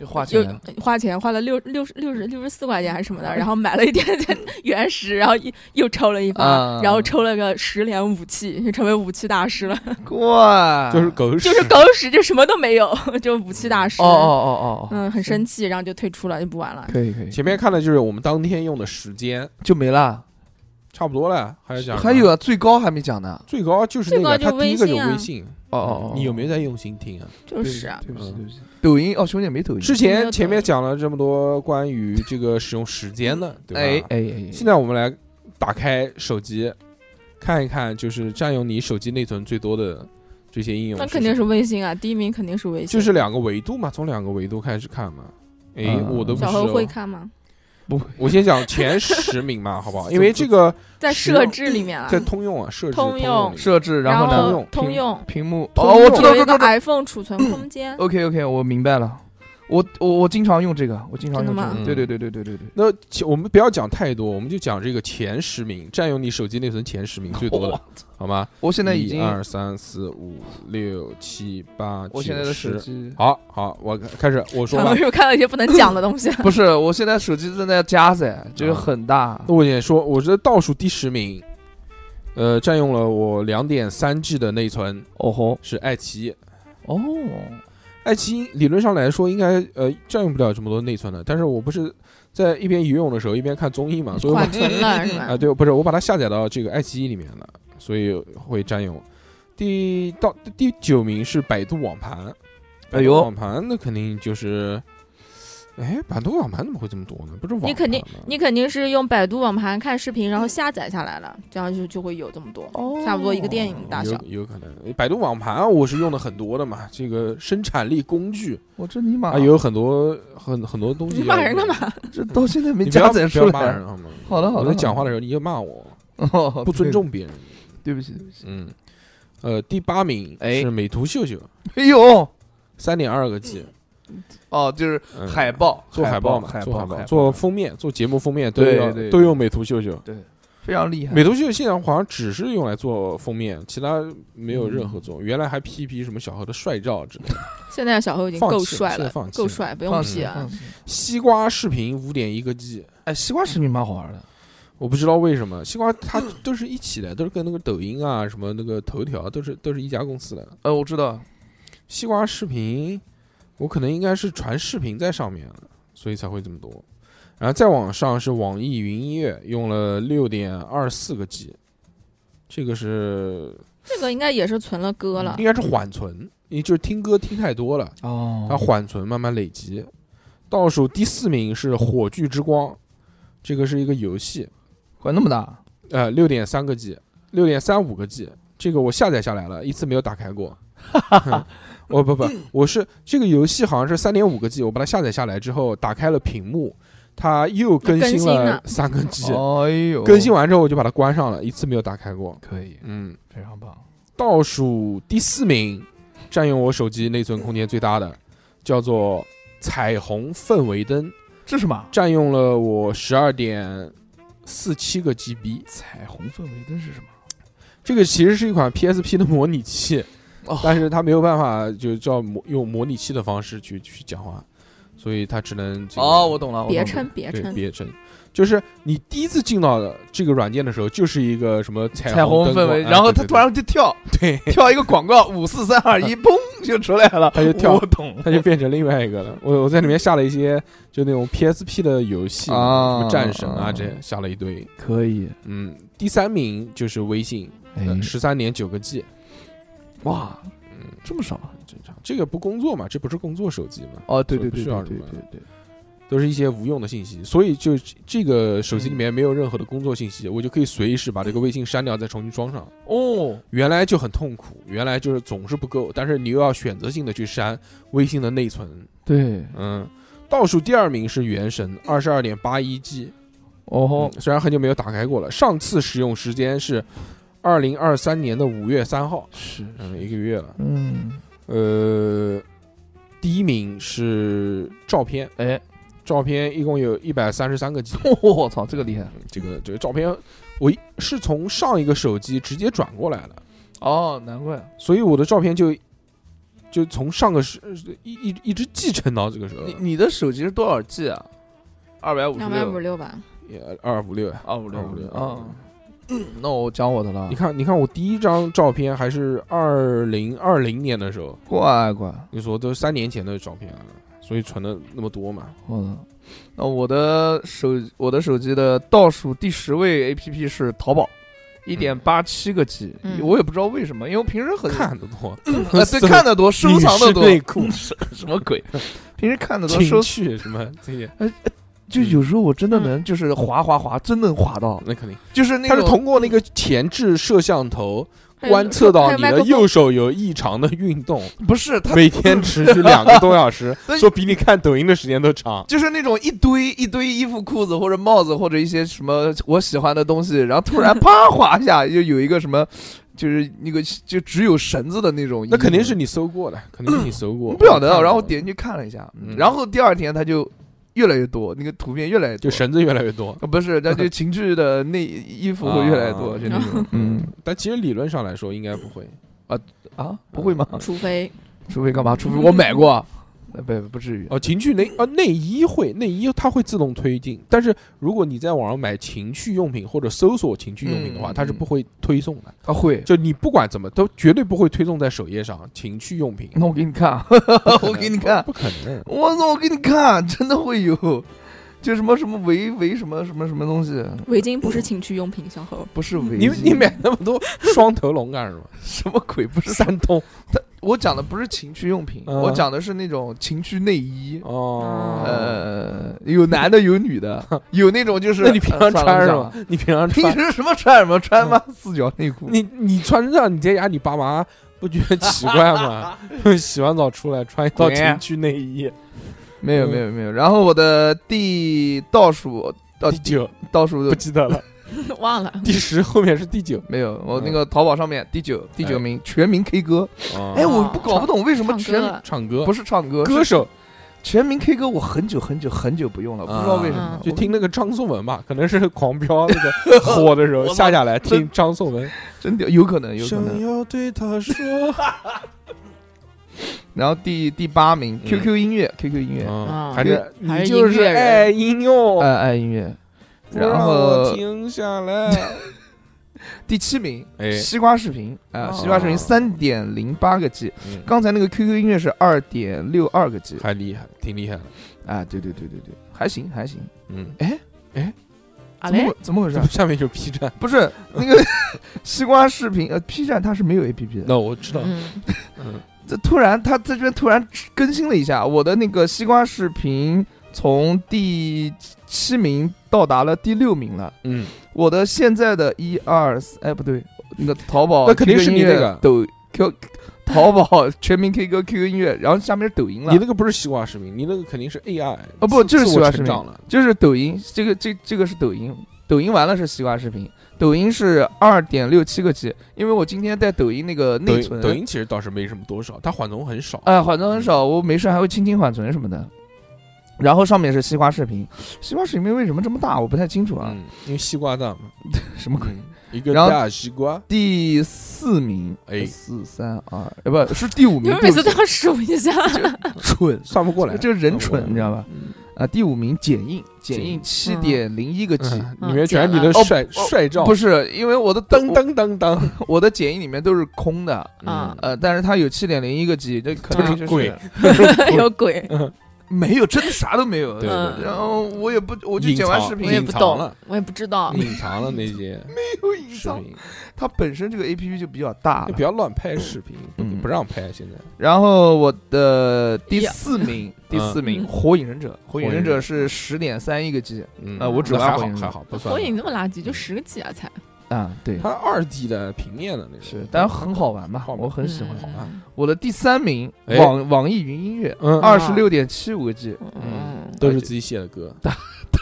B: 就花
E: 又
B: 钱，
E: 花钱花了六六十六十六十四块钱还是什么的，然后买了一点点 <laughs> 原石，然后又又抽了一发
B: 嗯啊，
E: 然后抽了个十连武器，就成为武器大师了。 <laughs>
B: 哇，
A: 就是狗屎，
E: 就是狗屎，就什么都没有， <laughs> 就武器大师。
B: 哦哦哦哦，
E: 嗯，很
B: 深，
E: 生气，然后就退出了，就不玩了。
B: 可以可以，
A: 前面看的就是我们当天用的时间，
B: 就没了，
A: 差不多了。还有讲什么
B: 还有啊，最高还没讲呢，
A: 最高就是那个，
E: 最高就
A: 他第一个就
E: 微信啊
A: 微信。
B: 哦哦哦，
A: 你有没有
B: 有？
A: 在用心听啊？
E: 就
B: 对
E: 是啊，
B: 对不起
A: 嗯
B: 对不起，抖音哦，兄弟没抖音，
A: 之
E: 没
A: 前
E: 有
A: 前面
E: 抖音
A: 讲了这么多关于这个使用时间的，对
B: 哎
A: 吧？
B: 哎哎，
A: 现在我们来打开手机，看一看就是占用你手机内存最多的这些应用。
E: 那肯定是。微信啊，第一名肯定是微信。
A: 就是两个维度嘛，从两个维度开始看嘛。哎，
B: 嗯
A: 我都不是
E: 小何会
A: 哦。
E: 看吗？
A: 我先讲前十名
E: <laughs>
A: 嘛，好不好？因为这个
E: 在
A: 使用
E: 设置里面啊
A: 在，通用啊，设置
E: 通
A: 通
E: 用
A: 里
B: 设置，
E: 然
B: 后呢？
A: 通用
E: 通用
B: 屏幕
A: 通
B: 哦，我
A: 用
B: 知道，
E: 有一
B: 知道，
E: 个
B: 知道。，
E: iPhone 储存空间
B: OK OK，我明白了。我我我经常用这个，我经常用
E: 真
B: 这
E: 的吗
A: 嗯
B: 个。对对对对对对对。
A: 那其我们不要讲太多，我们就讲这个前十名，占用你手机内存前十名最多的
E: <laughs>
B: 哇，
A: 好吗？
B: 我现在已
A: 一
B: 经，
A: 二三四五六七八
B: 我现在
A: 九
B: 的手
A: 十。
B: 机
A: 好好，我开始我说
E: <laughs> 我
A: 吧
E: 们，是不是看到一些不能讲的
B: <laughs>
E: 东西？
B: 不是，我现在手机正在加载，这
A: 啊
B: 个很大。
A: 那我也说，我这倒数第十名，呃，占用了我两点三 G 的内存
B: 哦吼，
A: 是爱奇艺。
B: 哦，
A: 爱奇艺理论上来说应该呃占用不了这么多内存的，但是我不是在一边游泳的时候一边看综艺嘛，所以我
E: <laughs>
A: 把
E: 缓存了
A: <laughs>
E: 是
A: 啊、
E: 吧？
A: 对，不是我把它下载到这个爱奇艺里面了，所以会占用。第到第九名是百度网盘，
B: 哎呦
A: 百度网盘那肯定就是，哎，百度网盘怎么会这么多呢？不是网
E: 你肯定
A: 盘吗
E: 你肯定是用百度网盘看视频，然后下载下来了，这样就就会有这么多，
B: 哦
E: 差不多一个电影大小。
A: 有有可能，百度网盘啊我是用的很多的嘛，这个生产力工具
B: 我这尼玛
A: 啊，，有很多很很多东西
E: 你
A: 要用。
E: 骂人干嘛？ <laughs>
B: 这到现在没
A: 你不要
B: 加载
A: 不
B: 出
A: 要骂人
B: 来。
A: 好吗？
B: 好的好的
A: 我
B: 好
A: 在
B: 的
A: 讲话的时候你就骂我，
B: 哦，
A: 不尊
B: 对，
A: 重别人。
B: 对不起，对不起。
A: 嗯，呃，第八名
B: 哎
A: 是美图秀秀，
B: 哎呦，
A: 三点二个 G，
B: 哦，就是
A: 嗯
B: 海报，
A: 做海
B: 报
A: 嘛，
B: 海
A: 做海
B: 报，
A: 做封面，做节目封面都
B: 对
A: 要
B: 对
A: 都用美图秀秀。
B: 非常厉害。
A: 美图秀秀现在好像只是用来做封面，其他没有
B: 嗯
A: 任何作用。原来还批评什么小何的帅照之类的。
E: 现在小何已经
A: 放弃
E: 够
A: 了
E: 帅
A: 现在
E: 了
A: 放，弃
E: 够
A: 了
E: 帅，不用
B: 放
A: 弃
E: 洗
B: 弃
E: 啊。
B: 放弃。
A: 西瓜视频五点一个 G，
B: 哎，西瓜视频蛮好玩的。
A: 我不知道为什么西瓜它都是一起的，都是跟那个抖音啊什么那个头条都是都是一家公司的。
B: 呃，我知道，
A: 西瓜视频，我可能应该是传视频在上面，所以才会这么多。然后再往上是网易云音乐，用了六点二四个 G，这个是
E: 这个应该也是存了歌了
A: 应，该是缓存，也就是听歌听太多了，
B: 哦
A: 它缓存慢慢累积。倒数第四名是《火炬之光》，这个是一个游戏，
B: 管那么大，
A: 呃，六点三个 G，六点三五个 G，这个我下载下来了，一次没有打开
B: <laughs>
A: 过。哼我不不，
B: 嗯
A: 我是这个游戏好像是三点五个 G，我把它下载下来之后，打开了屏幕，它又更
E: 更
A: 新
E: 新
A: 了
E: 了
A: 三个 G，
B: 哎呦，
A: 更新完之后我就把它关上了，一次没有打开过。
B: 可以，
A: 嗯，
B: 非常棒。
A: 倒数第四名，占用我手机内存空间最大的，叫做彩虹氛围灯，
B: 这是什么？
A: 占用了我十二点四七个 GB。
B: 彩虹氛围灯是什么？
A: 这个其实是一款 PSP 的模拟器，
B: 哦
A: 但是它没有办法就叫模用模拟器的方式去去讲话，所以它只能、这个、
B: 哦，我懂了，我
E: 别
B: 懂了
E: 称别
A: 对
E: 称，
A: 别称，就是你第一次进到的这个软件的时候，就是一个什么彩
B: 彩虹
A: 灯
B: 氛
A: 光
B: 围，
A: 啊
B: 然后
A: 对
B: 他
A: 对
B: 突然就跳
A: 对，
B: 跳一个广告，五四三
A: <laughs>
B: 二一，嘣就出来了，
A: 他就跳
B: 我懂
A: 它就变成另外一个了。我我在里面下了一些就那种 PSP 的游戏
B: 啊
A: 什么战神啊
B: 啊
A: 这下了一堆。
B: 可以，
A: 嗯，第三名就是微信，呃
B: 哎，
A: 十三点九个 G，
B: 哇，
A: 嗯，
B: 这么少啊？
A: 正常。这个不工作嘛，这不是工作手机嘛，
B: 哦，对
A: 所以
B: 对
A: 不
B: 对
A: 需要
B: 对对
A: 什么
B: 对对，
A: 都是一些无用的信息。所以就这个手机里
B: 嗯
A: 面没有任何的工作信息，我就可以随时把这个微信删掉，再重新装上。
B: 哦，
A: 原来就很痛苦，原来就是总是不够，但是你又要选择性的去删微信的内存。
B: 对，
A: 嗯，倒数第二名是《原神》，二十二点八一 G。
B: 哦吼
A: 嗯，虽然很久没有打开过了，上次使用时间是二零二三年的五月三号，
B: 是，
A: 嗯，一个月了。
B: 嗯，
A: 呃，第一名是照片，
B: 哎，
A: 照片一共有一百三十三个 G。 <laughs>
B: 我操，这个厉害
A: 这个这个照片，我一是从上一个手机直接转过来的，
B: 哦，难怪
A: 所以我的照片就就从上个时呃一一一直继承到这个时候
B: 你，你的手机是多少 G 啊？二百五十
E: 两百五
B: 六，
E: 十六吧，
A: 二五六。
B: 二五六
A: 256
B: 啊。那我讲我的了
A: 你，看，你看，我第一张照片还是二零二零年的时候，
B: 乖乖，
A: 你说都是三年前的照片了，所以存的那么多嘛？
B: 我操。那我的手我的手机的倒数第十位 APP 是淘宝，一点八七个 G，、
E: 嗯
B: 我也不知道为什么，因为我平时很
A: 看得多，
B: <laughs> 呃
A: <laughs>
B: 对看 <laughs> 的多，收藏的多
A: 女士，内裤、 <laughs>
B: 什 <laughs> 什么鬼？平时看的多，收
A: 情趣什么这些，
B: 就有时候我真的
E: 嗯
B: 能就是滑滑滑，真能滑到，
A: 那肯定。
B: 就是那
A: 它是
B: 种
A: 通过那个前置摄像头
E: 还有
A: 观测
E: 还
A: 到
E: 有
A: 你
E: 麦
A: 的
E: 克
A: 右
E: 风
A: 手有异常的运动，
B: 不是它
A: 每天持续两个多小
B: <laughs>，
A: 时
B: 对
A: 说比你看抖音的时间都长。
B: 就是那种一堆一堆衣服、裤子或者帽子或者一些什么我喜欢的东西，然后突然啪滑一下，就有一个什么，就是那个就只有绳子的那种衣服。
A: 那肯定是你搜过的，肯定是你搜过。
B: 我不晓得
A: 看
B: 啊，
A: 过
B: 然后点进去看了一下，
A: 嗯
B: 然后第二天它就越来越多，那个图片越来越
A: 就
B: 多。
A: 绳子越来越多。
B: 啊不是，那就情趣的内衣服会越来越多，
A: 啊
B: 就那
A: <laughs>
B: 种，嗯
A: 嗯，但其实理论上来说应该不会。
B: 啊，不会吗？
E: 除非
B: 除非干嘛？除非我买过啊，呃不不至于。
A: 哦，情趣内啊内衣会，内衣它会自动推进，但是如果你在网上买情趣用品或者搜索情趣用品的话，
B: 嗯
A: 它是不会推送的。
B: 啊会，
A: 就你不管怎么都绝对不会推送在首页上情趣用品。
B: 那我给你看啊， <laughs> 我给你看，
A: 不可能。
B: 我操，我给你看，真的会有，就什么什么围围什么什么什么东西，
E: 围巾不是情趣用品，小侯。
B: 不是围
A: 你
B: 巾
A: 你买那么多双头龙干什
B: <laughs>
A: 么？
B: 什么鬼？不是，啊
A: 三通
B: 我讲的不是情趣用品，
A: 嗯
B: 我讲的是那种情趣内衣。
A: 哦。
B: 呃，有男的有女
A: <laughs>
B: 的，有那种就是，
A: 那你平常
B: 呃算了
A: 穿
B: 不
A: 什
B: 讲
A: 么
B: 了？
A: 你平常
B: <laughs> 平
A: 穿嗯
B: 时什么穿什么穿吧，四角内裤。
A: 你你穿这样，你在家你爸妈不觉得奇怪
B: <laughs>
A: 吗？洗完澡出来穿一套
B: 滚
A: 情趣内衣，
B: 没有
A: 嗯
B: 没有没有。然后我的第倒数呃
A: 第九
B: 倒数
A: 不记得
B: <laughs>
A: 了，
E: <laughs> 忘了，
A: 第十后面是第九。
B: 没有，我
A: 嗯哎
B: 那个淘宝上面第九第九名全民 K 歌，哎，我不搞不懂为什么
E: 唱
B: 全
E: 歌啊
A: 唱歌
B: 不是唱歌，
A: 哦歌
B: 是
A: 手，
B: 全民 K 歌，我很久很久很久不用了，不知道为什么
E: 啊，
A: 就
B: 我
A: 听那个张颂文吧，可能是狂飙那
B: <laughs>
A: 个火的时候
B: 我
A: 下下来
B: 真
A: 听张颂文。
B: 真的有可能有可能。
A: 要对他说，
B: 然后第第八名
A: 嗯
B: QQ 音乐，QQ 音乐，
A: 嗯
E: 啊
A: 还是你
E: 还是
A: 就
E: 音
A: 是哎
E: 乐人
A: 爱音乐，
B: 爱爱音乐。
A: 不
B: 然
A: 让哦我
B: 后
A: 停下
B: <laughs>
A: 来。
B: 第七名
A: 哎
B: 西瓜视频啊，
E: 哦
B: 西瓜视频三点零八个 G，
A: 嗯
B: 刚才那个 QQ 音乐是二点六二个 G
A: 还厉害，挺厉害的。
B: 啊，对对对对对，还行还行。
A: 嗯，
E: 啊
B: 怎么
E: 嘞
B: 回，怎么回
A: <laughs>
B: 事
A: 这不？下面就是 B 站。
B: 不是那个 <laughs> 西瓜视频，呃，P 站它是没有 APP 的。
A: 那我知道，
E: 嗯，
A: 嗯，
B: 这突然他这边突然更新了一下，我的那个西瓜视频从第七名到达了第六名了。
A: 嗯，
B: 我的现在的一二，哎不对，那淘宝
A: 那肯定
B: QQ
A: 是你
B: 音乐
A: 那个
B: 抖 Q，淘宝全民 K 歌 QQ 音乐，然后下面是抖音了
A: 你，那个不是西瓜视频，你那个肯定是 AI
B: 哦不
A: 自
B: 就是
A: 自
B: 西瓜
A: 我
B: 视频
A: 成长了。
B: 就是抖音，这个这这个是抖音，抖音完了是西瓜视频，抖音是二点六七个 G，因为我今天在抖音那个
A: 抖
B: 内存，
A: 音抖音其实倒是没什么多少，它缓存很少。
B: 哎缓存很少，我没事还会清清缓存什么的。然后上面是西瓜视频，西瓜视频为什么这么大？我不太清楚啊，
A: 嗯，因为西瓜大嘛，
B: <laughs> 什么鬼？
A: 嗯一个
B: 然后
A: 大西瓜。
B: 第四名，
A: 哎
B: 四三二，呃，不是第
E: <laughs>
B: 五
E: 你
B: 名
E: 们，每次都
B: 对
E: 要数一下，
B: 不起蠢，
A: 算不过
B: <laughs>
A: 来，
B: 这个人蠢
A: 算不过来
B: 你知道吧？
A: 嗯
B: 啊，第五名剪映，剪映
A: 剪
B: 七点零一个 G，、
A: 嗯
E: 嗯
A: 里面全是你的
E: 剪
B: 了
A: 帅
B: 哦
A: 帅照，
B: 不是因为我的灯
A: 噔噔
B: 灯，
A: 噔噔，
B: 我的剪映里面都是空的，
A: 嗯
E: 啊呃
B: 呃，但是它有七点零一个 G，这可能
A: 就是
B: 就
A: 贵
B: 是
E: <laughs>
A: <laughs>
E: <laughs> 有鬼，
A: 嗯
B: 没有，真的啥都没有。
A: 对
E: 嗯
A: 对
B: 然后我也不，我就
A: 隐
B: 剪完
A: 藏
B: 视
E: 我
B: 频
E: 也
A: 隐
E: 不
A: 藏
E: 懂
A: 了，
E: 我也不知道
A: 对，隐藏了那些
B: 有隐
A: 视
B: 藏，
A: 频，
B: 它本身这个 A P P 就比较大
A: 你
B: 了
A: 不。要乱拍视频，不
B: 嗯
A: 不让拍现在。
B: 然后我的第
E: 呀
B: 四名，第四名，
E: 嗯
B: 火影忍者，火影
A: 火影
B: 忍
A: 忍
B: 者
A: 者
B: 是十点三一个 G
A: 嗯
B: 呃我只
A: 那
B: 玩
A: 还
B: 火
A: 好
B: 影
A: 还好不算嗯
E: 火影那么垃圾，就十个 G 啊才，
B: 啊，对，
A: 它二 D 的平面的那种，
B: 是，但很好玩吧，
A: 好吧
B: 我很喜欢。
A: 好啊吧
E: 嗯
B: 我的第三名，
A: 哎
B: 网网易云音乐，
A: 嗯，
B: 二十六点七五个 G，
E: 嗯，
A: 都是自己写的歌，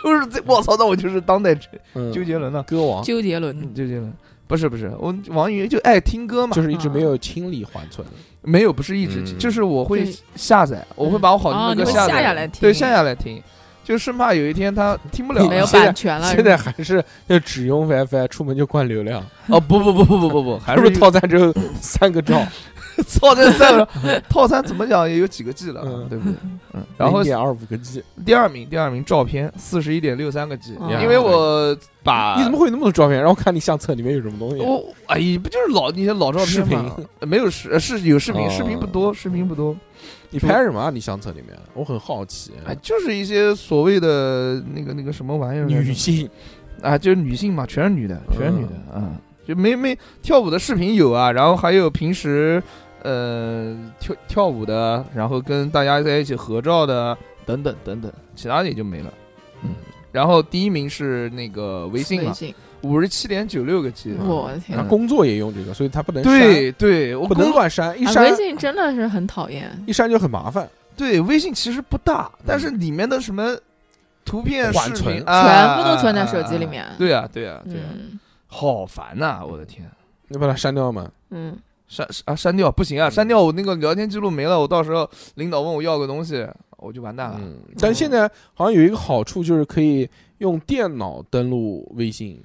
B: 都是这，我操，那我就是当代周
A: 嗯
B: 杰伦了，
A: 歌王
E: 周杰伦，
B: 周杰伦。不是不是，我网易云就爱听歌嘛，嗯
A: 就是一直没有清理缓存，
B: 没有，不是一直，
A: 嗯
B: 就是我会
E: 对
B: 下载，我会把我好听
E: 哦
B: 的歌
E: 你会
B: 载，
E: 下下来听
B: 对，下下来听，就生怕有一天他听不了
E: 没有
A: 现在
E: 版权了，
A: 现在还是就只用 WiFi，出门就灌流量，
B: <laughs> 哦，不不不不不 <laughs> 不不，还
A: 还是
B: 是
A: 不是套餐只有三个兆，
B: 套餐算了， <laughs> 套餐怎么讲也有几个 G 了，
A: 嗯
B: 对不对？嗯， <laughs> 然后
A: 点二五个 G，
B: 第二名，第二名照片四十一点六三个 G，
E: 嗯
B: 因为我把
A: 你怎么会有那么多照片？让我看你相册里面有什么东西。
B: 啊我哎呀，不就是老那些老照片吗？没有视呃是有视频，
A: 哦
B: 视频不多，视频不多，
A: 你拍什么啊？你相册里面，我很好奇。
B: 哎，就是一些所谓的那个那个什么玩意儿来着，
A: 女性
B: 啊，就是女性嘛，全是女的，全是女的啊、
A: 嗯
B: 就没没跳舞的视频有啊，然后还有平时呃跳跳舞的，然后跟大家在一起合照的等等等等，其他的也就没了。嗯，然后第一名是那个微信
E: 微
B: 嘛，
E: 信，
B: 五十七点九六个 G，
E: 我的天啊
A: 他
B: 嗯，
A: 工作也用这个，所以他不能删，
B: 对对，我
A: 不能
B: 工
A: 乱删，一
E: 啊
A: 删
E: 微信真的是很讨厌，
A: 一删就很麻烦。
B: 对微信其实不大，但是里面的什么图片、
A: 缓
B: 视
A: 存
B: 频啊
E: 全部都存在手机里面
B: 对啊，对啊，对啊，
E: 嗯
B: 好烦呐！我的天。
A: 你把它删掉嘛？
E: 嗯，
B: 删啊删掉不行啊，
A: 嗯
B: 删掉我那个聊天记录没了，我到时候领导问我要个东西，我就完蛋了。
A: 嗯，但现在好像有一个好处就是可以用电脑登录微信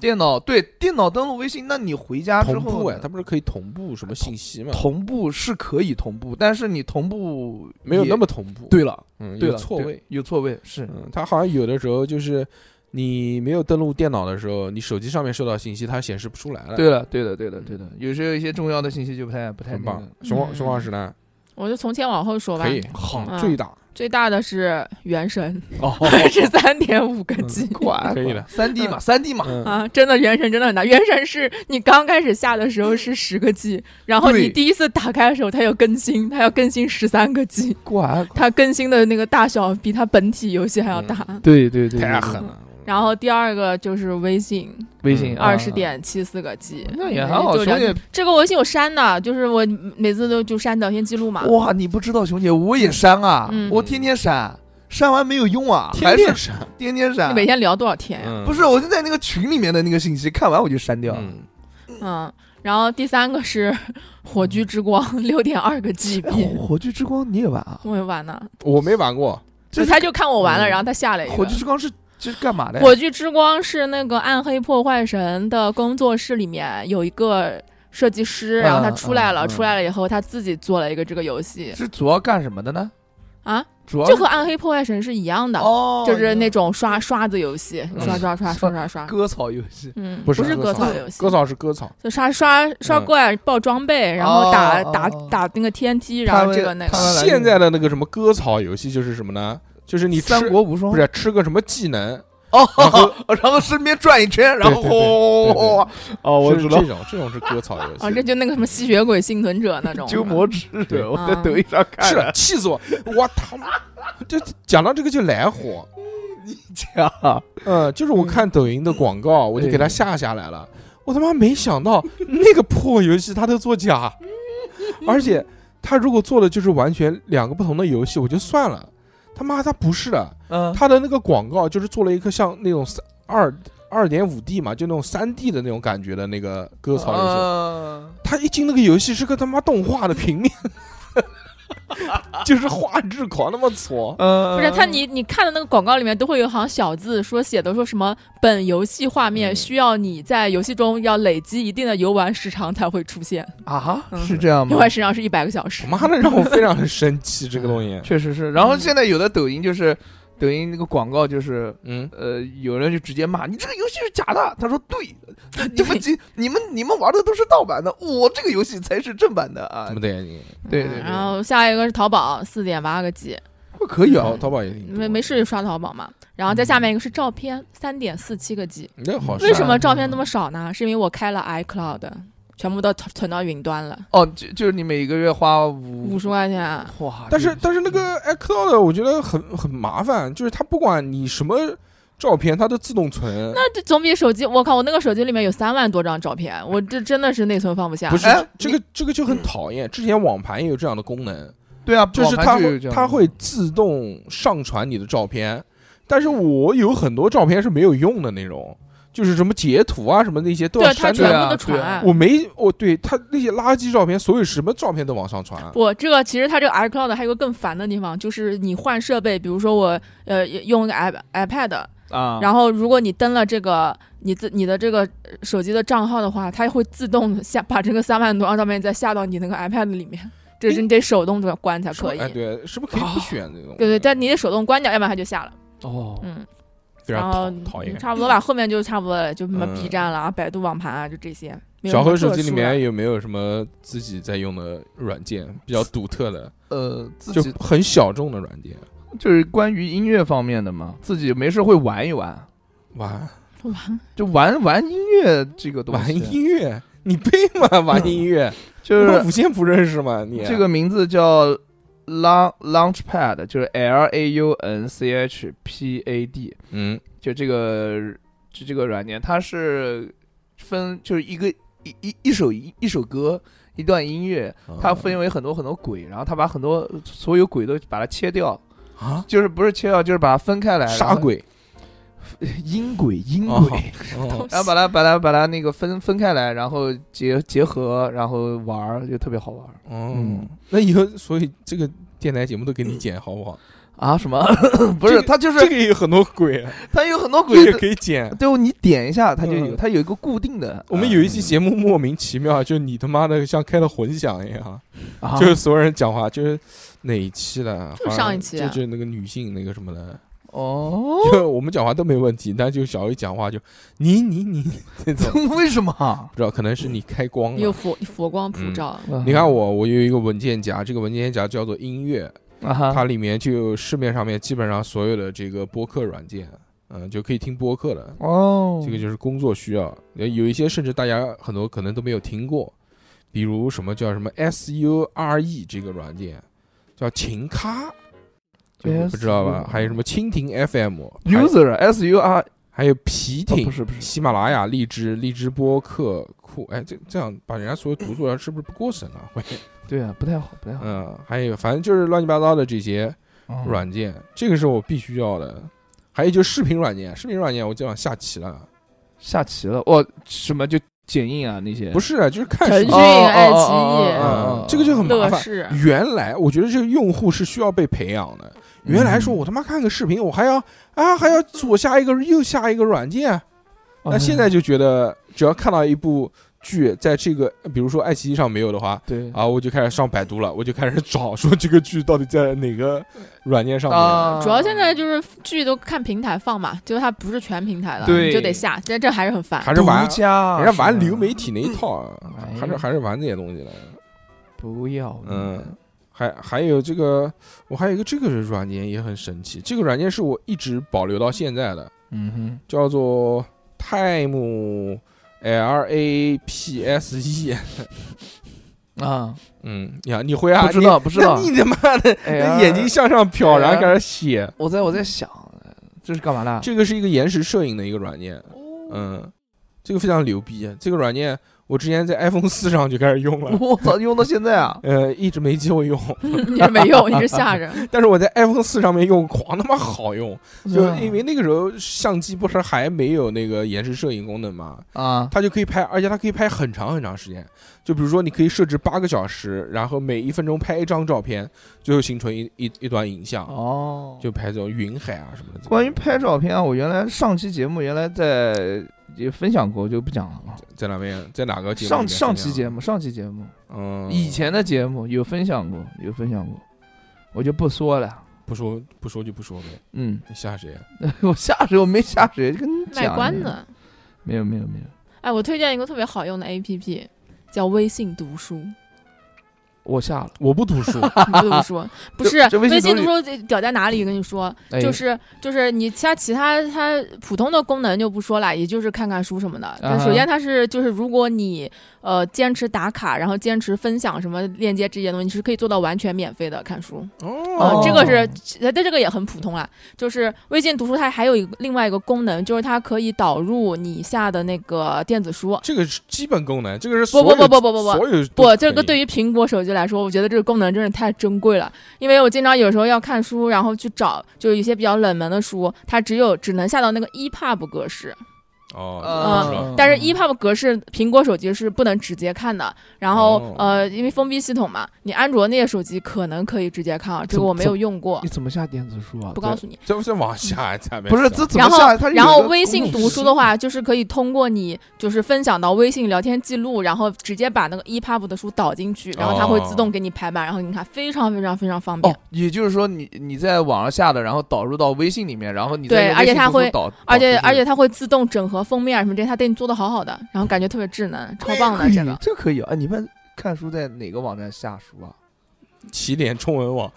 B: 电脑对电脑登录微信，那你回家啊之
A: 同步
B: 后
A: 哎，
B: 呢
A: 它不是可以同步什么信息嘛？
B: 同步是可以同步，但是你同步
A: 没有
B: 也
A: 那么同步，，
B: 对了，
A: 嗯，
B: 对
A: 有
B: 了，
A: 错
B: 对
A: 位。
B: 有错位是
A: 嗯，它好像有的时候就是你没有登录电脑的时候，你手机上面收到信息，它显示不出来了。，
B: 对了，对的，对的，对的，有时候一些重要的信息就不太不太
A: 嗯很
B: 那
A: 棒
B: 个。嗯
A: 熊老熊老师呢？
E: 我就从前往后说吧
A: 可。以，
B: 好
E: 嗯
A: 最大
E: 最大的是《原神
B: 嗯
E: <laughs>
A: 哦，》，
E: 是三点五个 G
B: 管
A: 嗯可以的 <laughs>
B: 三 D 嘛，三 D 嘛，
A: 嗯，
E: <laughs> 啊！真的，《原神》真的很大，《原神》是你刚开始下的时候是十个 G，然后
B: 对
E: 你第一次打开的时候它要更新，它要更新十三
B: <laughs>
E: 个 G，
B: 管
E: 它更新的那个大小比它本体游戏还要大。
B: 嗯对对对，
A: 太
B: 对
A: 狠
B: 对
A: 了。
E: 然后第二个就是微信，
B: 微
A: 嗯
B: 信啊
E: 二十点七四个 G，
B: 那也还好，
E: 就
B: 兄
E: 两
B: 弟，
E: 这个微信我删的，就是我每次都就删聊天记录嘛。
B: 哇，你不知道，熊姐，我也删啊，
E: 嗯
B: 我天天删，删完没有用啊，
A: 天天
B: 还是
A: 删，
B: 天天
E: 你
B: 删
E: 每。天聊多少天哎呀、
A: 嗯
B: 不是，我就在那个群里面的那个信息，看完我就删掉。
A: 嗯，
E: 嗯，然后第三个是火炬之光六点二个
B: 哎
E: GB，
B: 火火炬之光你也玩啊？
E: 我也玩呢，
A: 我没玩过，
B: 这
E: 就是他就看我玩了，
A: 嗯
E: 然后他下了一个
B: 火炬之光是这是干嘛的呀？
E: 火炬之光是那个暗黑破坏神的工作室里面有一个设计师，
B: 嗯
E: 然后他出来了，
B: 嗯嗯
E: 出来了以后他自己做了一个这个游戏
B: 是主要干什么的呢？
E: 啊，
B: 主要
E: 就和暗黑破坏神是一样的，
B: 哦，
E: 就是那种刷刷子游戏，
A: 嗯
E: 刷刷刷刷刷刷。
B: 割草游戏。
E: 嗯，
A: 不
E: 不
A: 是
E: 割草游戏，
A: 割草是割草，
E: 就刷刷刷
A: 嗯
E: 怪、爆装备，然后打、
B: 哦
E: 打
B: 哦
E: 打那个天梯，然后
B: 们
E: 这个那
B: 他们
E: 个，
B: 来
A: 现在的那个什么割草游戏就是什么呢？就是你吃
B: 三国无双
A: 不是吃个什么技
B: <laughs>
A: 能，
B: 哦，
A: 然后
B: 然后身边转一圈，然后
A: 对对对对对
B: 轰！哦，我
A: 是
B: 知道
A: 这，种这种是割草游
E: 啊，这
A: 戏。
E: 就那个什么吸血鬼幸存者那种。
B: 鸠摩智
A: 对
B: 者，我在抖音上看
A: 是
B: 了。
A: 气死我！我他妈，这讲到这个就来火，呃
B: 这样啊
A: 嗯，就是我看抖音的广告，我就给它下下来了。我他妈没想到那个破游戏它都做假，而且他如果做的就是完全两个不同的游戏，我就算了。他妈他不是的，
B: 嗯，
A: 他的那个广告就是做了一个像那种三二二点五 D 嘛，就那种三 D 的那种感觉的那个割草游戏。
B: 啊
A: 他一进那个游戏是个他妈动画的平面，就是画质狂那么挫。
B: 嗯，
E: 不是他你你看的那个广告里面都会有一行小字说写的说什么本游戏画面
A: 嗯
E: 需要你在游戏中要累积一定的游玩时长才会出现，
B: 啊，
E: 嗯
B: 是这样
E: 游
B: 吗？
E: 玩时长是一百个小时。
A: 妈的，让我非常的生气这个东 <laughs> 西。
B: 确实是。然后现在有的抖音就是抖音那个广告就是。
A: 嗯，
B: 呃，有人就直接骂你这个游戏是假的。他说：“对，
E: <laughs>
B: 你们这你们你们玩的都是盗版的，我这个游戏才是正版的啊
A: 怎么的你？
B: <laughs> 对对对
E: 然后下一个是淘宝，四点八个 G，！”
B: 可以啊
A: 淘淘宝也挺多
E: 没没事就刷淘宝嘛。然后再下面一个是照片，三点四七个 G。
A: 你这好事啊。
E: 为什么照片那么少呢？是因为我开了 iCloud，全部都存存到云端了，
B: 哦，就就是你每个月花五
E: 五十块钱啊。
B: 哇，
A: 但是
B: 这
A: 但是那个 iCloud 我觉得很很麻烦，就是它不管你什么照片，它都自动存。
E: 那这总比手机，我靠，我那个手机里面有三万多张照片，我这真的是内存放不下。
A: 不是
B: 哎
A: 这个这个就很讨厌。之前网盘也有这样的功能，
B: 对啊，
A: 就是
B: 网
A: 它
B: 盘就
A: 会
B: 有这样
A: 它会自动上传你的照片，但是我有很多照片是没有用的那种，就是什么截图啊什么那些都要
E: 对，它
A: 删
E: 全
A: 掉。
E: 部都
B: 对啊对啊
E: 传。
A: 我没我对它那些垃圾照片，所有什么照片都往上传。
E: 不，这个其实它这个 iCloud 还有个更烦的地方，就是你换设备，比如说我呃用一个 i iPad，
B: 啊，
E: 然后如果你登了这个你自你的这个手机的账号的话，它会自动下把这个三万多张照片再下到你那个 iPad 里面，这是你得手动关才
A: 是不
E: 可以。哦
A: 哎，对，是不是可以不选那种？嗯
E: 对对，但你得手动关掉，要不然它就下了。
B: 哦，
E: 嗯，
A: 非
E: 然
A: 常
E: 后嗯
A: 讨讨厌。
E: 差不
A: <laughs>
E: 多吧，后面就差不多了，就什么
A: 嗯
E: B 站了、啊、百度网盘啊，就这些。没有
A: 小
E: 什么
A: 何手
E: 特
A: 机里
E: 殊的
A: 面有没有什么自己在用的软件比较独特的，
B: 呃，自
A: 就
B: 己
A: 很小众的软件？
B: 就是关于音乐方面的嘛，自己没事会玩一玩，
A: 玩
E: 哇
B: 就玩玩音乐这个东
A: 玩
B: 西，
A: 音乐，你配吗？玩音
E: <laughs>
A: 乐，你
B: 就
A: 把
B: 是
A: <laughs> 五线谱认识吗？你啊
B: 这个名字叫 Laun Launchpad，就是 L A U N C H P A D，
A: 嗯
B: 就这个就这个软件，它是分就是一个一一一首一一首歌。一段音乐，
A: 哦
B: 它分为很多很多轨，然后它把很多所有轨都把它切掉，
A: 啊
B: 就是不是切掉，就是把它分开来。
A: 杀
E: <laughs>
A: 鬼，
B: 音轨，音
A: 哦
B: 轨，
A: 哦
B: 然后把它把它把它那个分分开来，然后结结合，然后玩儿就特别好玩儿
E: 嗯
A: 哦，那以后所以这个电台节目都给你剪好不好？
B: 啊！什么？ <laughs> 不是，它就是
A: 这个也有很多鬼啊，
B: 它有很多
A: 这
B: 轨
A: 个，可以剪。
B: 对，你点一下它就有，
A: 嗯
B: 它有一个固定的。啊
A: 我们有一期节目莫名其妙，就你他妈的像开了混响一样，
B: 啊
A: 就是所有人讲话，就是哪一期的？
E: 就是
A: 好像
E: 上一期
A: 就
E: 啊
A: 就是那个女性那个什么的，
B: 哦， <laughs>
A: 就我们讲话都没问题，但就小一讲话就你你你那种，
B: 为什么
A: 不？知道可能是你开光
E: 有
A: 了。
E: 佛佛光普
A: 嗯
E: 照， <laughs>
A: 你看我，我有一个文件夹，这个文件夹叫做音乐，
B: 啊哈，
A: 它里面就有市面上面基本上所有的这个播客软件，嗯，就可以听播客了。
B: 哦，
A: 这个就是工作需要，呃有一些甚至大家很多可能都没有听过，比如什么叫什么 S U R E 这个软件，叫琴咖，就是不知道吧？
B: SURE
A: 还有什么
B: E
A: 蜻蜓 F M，还
B: user S U R
A: 还有皮
B: 哦不
A: 艇，
B: 是不是
A: 喜马拉雅、荔枝、荔枝播客库，哎，这这样把人家所有读出来，是不是不过审啊？会，
B: 对啊，不太好不太
A: <laughs>
B: 好。
A: 嗯，还有反正就是乱七八糟的这些
B: 嗯
A: 软件，这个是我必须要的。还有就是视频软件，视频软件我今晚下棋了，
B: 下棋了，哇，什么就剪映啊那些？
A: 不
B: 是
A: 是啊，就是看
E: 腾
A: 什
E: 讯、
A: 么，
B: 哦
E: 爱奇
B: 哦
E: 艺
B: 哦、
A: 嗯，这个就很麻
E: 乐
A: 烦。嗯
E: 视，
A: 原来我觉得这个用户是需要被培养的。
B: 嗯
A: 原来说我他妈看个视频，我还要啊还要左下一个右下一个软件，
B: 哦
A: 那现在就觉得只要看到一部剧，在这个比如说爱奇艺上没有的话，
B: 对
A: 啊，我就开始上百度了，我就开始找说这个剧到底在哪个软件上面。
B: 啊，
E: 主要现在就是剧都看平台放嘛，就是它不是全平台的，
B: 对
E: 你就得下，但这还是很烦。
A: 还是玩
B: 独家，
A: 人家玩
B: 是吧
A: 流媒体那一套啊，
B: 哎
A: 还是还是玩这些东西的。
B: 不要，
A: 嗯，还还有这个，我还有一个这个软件也很神奇，这个软件是我一直保留到现在的，
B: 嗯
A: 叫做 Time L A P S E。
B: 哼 <laughs> 啊，
A: 嗯，呀，你会啊？
B: 不知道不知道
A: 那你他妈的，
B: 哎呀哎
A: 那眼睛向上瞟，然后
B: AR
A: 开始写。
B: 我 <laughs> 在我在想，这是干嘛的？哦
A: 这个是一个延时摄影的一个软件，嗯，这个非常牛逼。这个软件我之前在 iPhone 四上就开始用了， <laughs>
B: 我操，用到现在啊！
A: 呃，一直没机会用， <laughs>
E: 你是没用，你是吓着。
A: 但是我在 iPhone 四上面用，狂他妈好用，就
B: 嗯
A: 因为那个时候相机不是还没有那个延时摄影功能嘛，
B: 啊，
A: 它就可以拍，而且它可以拍很长很长时间。就比如说，你可以设置八个小时，然后每一分钟拍一张照片，最后形成一一一段影像，
B: 哦，
A: 就拍这种云海啊什么的。
B: 关于拍照片啊，我原来上期节目原来在也分享过，就不讲了啊。
A: 在哪边，在哪个节目？
B: 上上期节，目，上期节目，
A: 啊嗯，
B: 以前的节目有分享过，有分享过，我就不说了。
A: 不说不说就不说呗，
B: 嗯， <laughs>
A: 你吓谁？
B: 我吓谁？我没吓谁，跟你
E: 卖
B: 讲
E: 关
B: 一下
E: 子。
B: 没有没有没有，
E: 哎，我推荐一个特别好用的 APP，叫微信读书。
B: 我吓了。
A: 我不读 <laughs> 书，
E: 你不读书不是
B: 这微信
E: 微信
B: 读
E: 读
B: 书
E: 书这屌在哪里？跟你说，
B: 哎
E: 就是就是你其他其他它普通的功能就不说了，也就是看看书什么的。但
B: 啊
E: 首先它是就是如果你呃坚持打卡，然后坚持分享什么链接这些东西，你是可以做到完全免费的看书。
A: 哦
E: 呃，这个是
B: 哦，
E: 但这个也很普通啊。就是微信读书它还有一个另外一个功能，就是它可以导入你下的那个电子书。
A: 这个是基本功能，这个是
E: 不不
A: 所有
E: 不不不不不
A: 所有
E: 不，这个对
A: 于
E: 于苹果手机来说，我觉得这个功能真是太珍贵了。因为我经常有时候要看书，然后去找，就是一些比较冷门的书，它只有只能下到那个 E EPUB 格式，
A: 哦
E: 呃，
A: 这个是
B: 嗯
E: 但是 EPUB 格式苹果手机是不能直接看的。然后、
A: 哦
E: 呃，因为封闭系统嘛，你安卓那些手机可能可以直接看啊，这
B: 怎
E: 个
B: 么
E: 我没有用过
B: 你，怎么下电子书啊？
E: 不告诉你。
A: 这不是往下才没
B: 不是
A: 事
B: 这怎么
E: 然后
B: 下？它，是
E: 然
B: 有
E: 后
B: 个
E: 微信
B: 公
E: 读
B: 众
E: 书的话，就是可以通过你就是分享到微信聊天记录，然后直接把那个 E EPUB 的书导进去，然后它会自动给你排版，然后你看非常非常非常方便
B: 哦。，也就是说你你在网上下的，然后导入到微信里面，然后你再
E: 对
B: 用微
E: 而且
B: 信
E: 它
B: 读书
E: 会
B: 导，
E: 而且
B: 导出去
E: 而且它会自动整合封面啊什么这些，它对你做的好好的，然后感觉特别智能，超棒的这
B: 哎
E: 个。
B: 这可以啊！哎你们看书在哪个网站下书
E: <laughs>
B: 啊？
A: 起点中文网，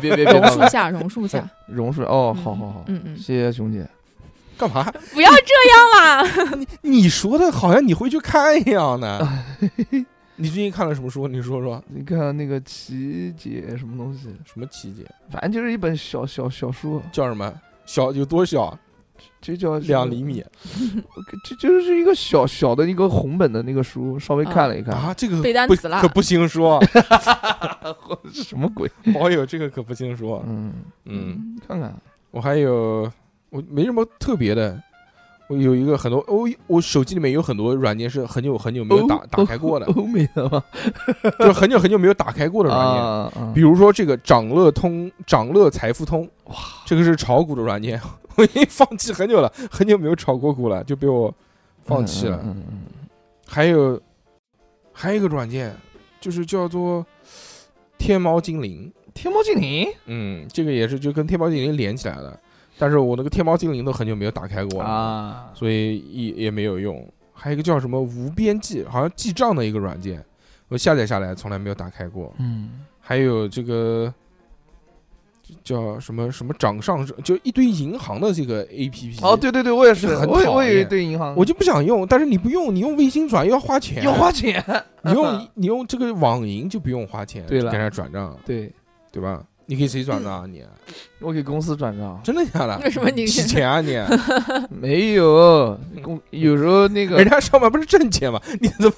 B: 别别别，
E: 榕
B: 别
E: 树下，榕树下，
B: 榕树哦，好好好，
E: 嗯嗯，
B: 谢谢熊姐。
A: 干嘛？
E: 不要这样啦！
A: 啊你说的好像你会去看一样呢。 <laughs> 你最近看了什么书？你说说
B: 你看那个琪姐什么东西，
A: 什么奇节？
B: 反正就是一本小小小书，
A: 叫什么？小有多小？啊
B: 这叫什么
A: 两厘，米
B: 这就是一个小小的一个红本的那个书，稍微看了一看，
A: 啊！ <laughs> 这个
E: 背单
A: 不
E: 词啦
A: 可不兴 <laughs> 说，
B: 这什么鬼？
A: 网友这个可不兴说。
B: 嗯，
A: 嗯，，
B: 看看
A: 我还有我没什么特别的，我有一个很多我我手机里面有很多软件是很久很久没有打
B: 欧
A: 打开过的，
B: 哦欧美的吗？
A: 就是很久很久没有打开过的软件。
B: 啊啊
A: 比如说这个长乐通、长乐财富通，哇，这个是炒股的软件，我已经放弃很久了，很久没有炒过股了，就被我放弃了。
B: 嗯嗯嗯嗯
A: 还有还有一个软件，就是叫做天猫精灵，
B: 天猫精灵
A: 嗯，这个也是就跟天猫精灵连起来了，但是我那个天猫精灵都很久没有打开过了，
B: 啊，
A: 所以也也没有用。还有一个叫什么无边际，好像记账的一个软件，我下载下来从来没有打开过。
B: 嗯，
A: 还有这个叫什么什么掌上，就一堆银行的这个 A P P。
B: 哦，，对对对，我也是，
A: 这很
B: 我也
A: 讨
B: 我也
A: 厌
B: 对银行，
A: 我就不想用，但是你不用，你用微信转又要花钱，
B: 要花钱，
A: <laughs> 你
B: <laughs>
A: 用你用这个网银就不用花钱，
B: 对了
A: 给人家转账，
B: 对
A: 对吧？你给谁转账啊你？
B: 我给公司转账，
A: 真的假的？
E: 为什么你
A: 洗钱啊你？
B: <laughs> 没有，公有时候那个
A: 人家上班不是挣钱吗？你怎么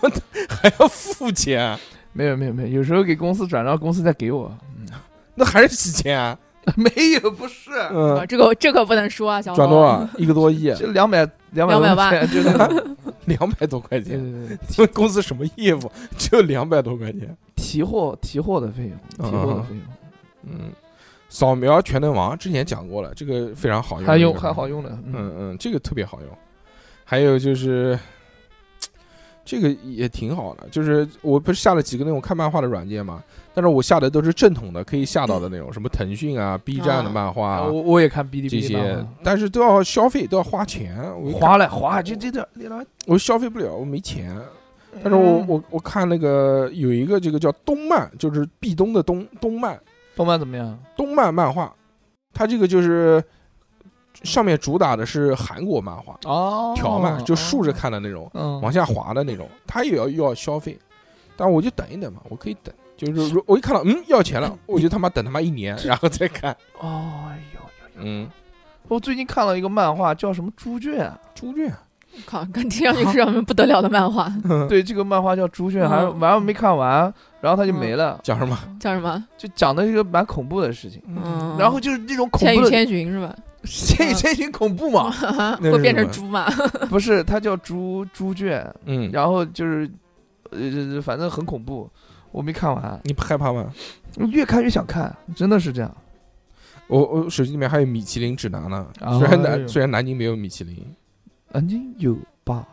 A: 还要付钱啊？
B: 没有没有没有，有时候给公司转账，公司再给我， <laughs>
A: 那还是洗钱啊？
B: 没有，不是，
E: 啊
A: 嗯，
E: 这个这可不能说啊，小
A: 转多
E: 宝？
A: 少？一个多
B: <laughs>
A: 亿，
B: 就两百两百
E: 200
B: 块
E: 万
B: 钱，就是
A: <laughs> 两百多块
B: 对
A: 钱。
B: 对对，
A: 你们 <laughs> 公司什么业务？就两百多块钱。
B: 提货提货的费用，提货的费用，
A: 嗯，扫描全能王之前讲过了，这个非常好用，
B: 还
A: 有
B: 用还好。用的，嗯，
A: 嗯嗯，这个特别好用。还有就是，这个也挺好的，就是我不是下了几个那种看漫画的软件嘛，但是我下的都是正统的，可以下到的那种，什么腾讯
B: 嗯
A: 啊、B 站的漫画啊
B: 我我也看哔哩
A: 这
B: 哔哩哦漫
A: 些
B: 画，
A: 但是都要消费，都要花钱。我一看
B: 划了划，就这点那点，
A: 我消费不了，我没钱。但是
B: 嗯
A: 我我我看那个有一个这个叫东漫，就是壁咚的东东漫
B: 动漫怎么样？
A: 东漫漫画，它这个就是上面主打的是韩国漫画，
B: 哦，
A: 条漫就竖着
B: 哦，
A: 看的那种，
B: 嗯，
A: 往下滑的那种，它也要又要消费，但我就等一等嘛，我可以等。就是如我一看到嗯要钱了，我就他妈等他妈一年，然后再
B: <laughs>
A: 看。
B: 哦，哎呦。
A: 嗯，
B: 我最近看了一个漫画，叫什么《猪圈》，
A: 猪圈啊
E: 靠，看听上去是什么不得了的漫画，
A: 嗯
B: 对，这个漫画叫《朱雀》，还
E: 嗯
B: 完了没看完，然后它就没了，
A: 讲什么？
E: 叫什么？
B: 就讲的是一个蛮恐怖的事情。
E: 嗯，
B: 然后就是那种
E: 《
B: 恐
E: 千
B: 怖
E: 与
B: 的，
E: 千寻》是吧？
B: 千与千寻恐怖嘛？
A: 那
E: 会
A: 是
E: 变
A: 什
E: 成
A: 么
E: 猪嘛？
B: 不是，它叫猪猪圈，
A: 嗯，
B: 然后就是，呃，反正很恐怖，我没看完，
A: 你不害怕吗？
B: 越看越想看，真的是这样。
A: 我我手机里面还有米其林指南呢，
B: 哦
A: 虽然
B: 哎呦
A: 南虽然南京没有米其林，
B: 南京有吧？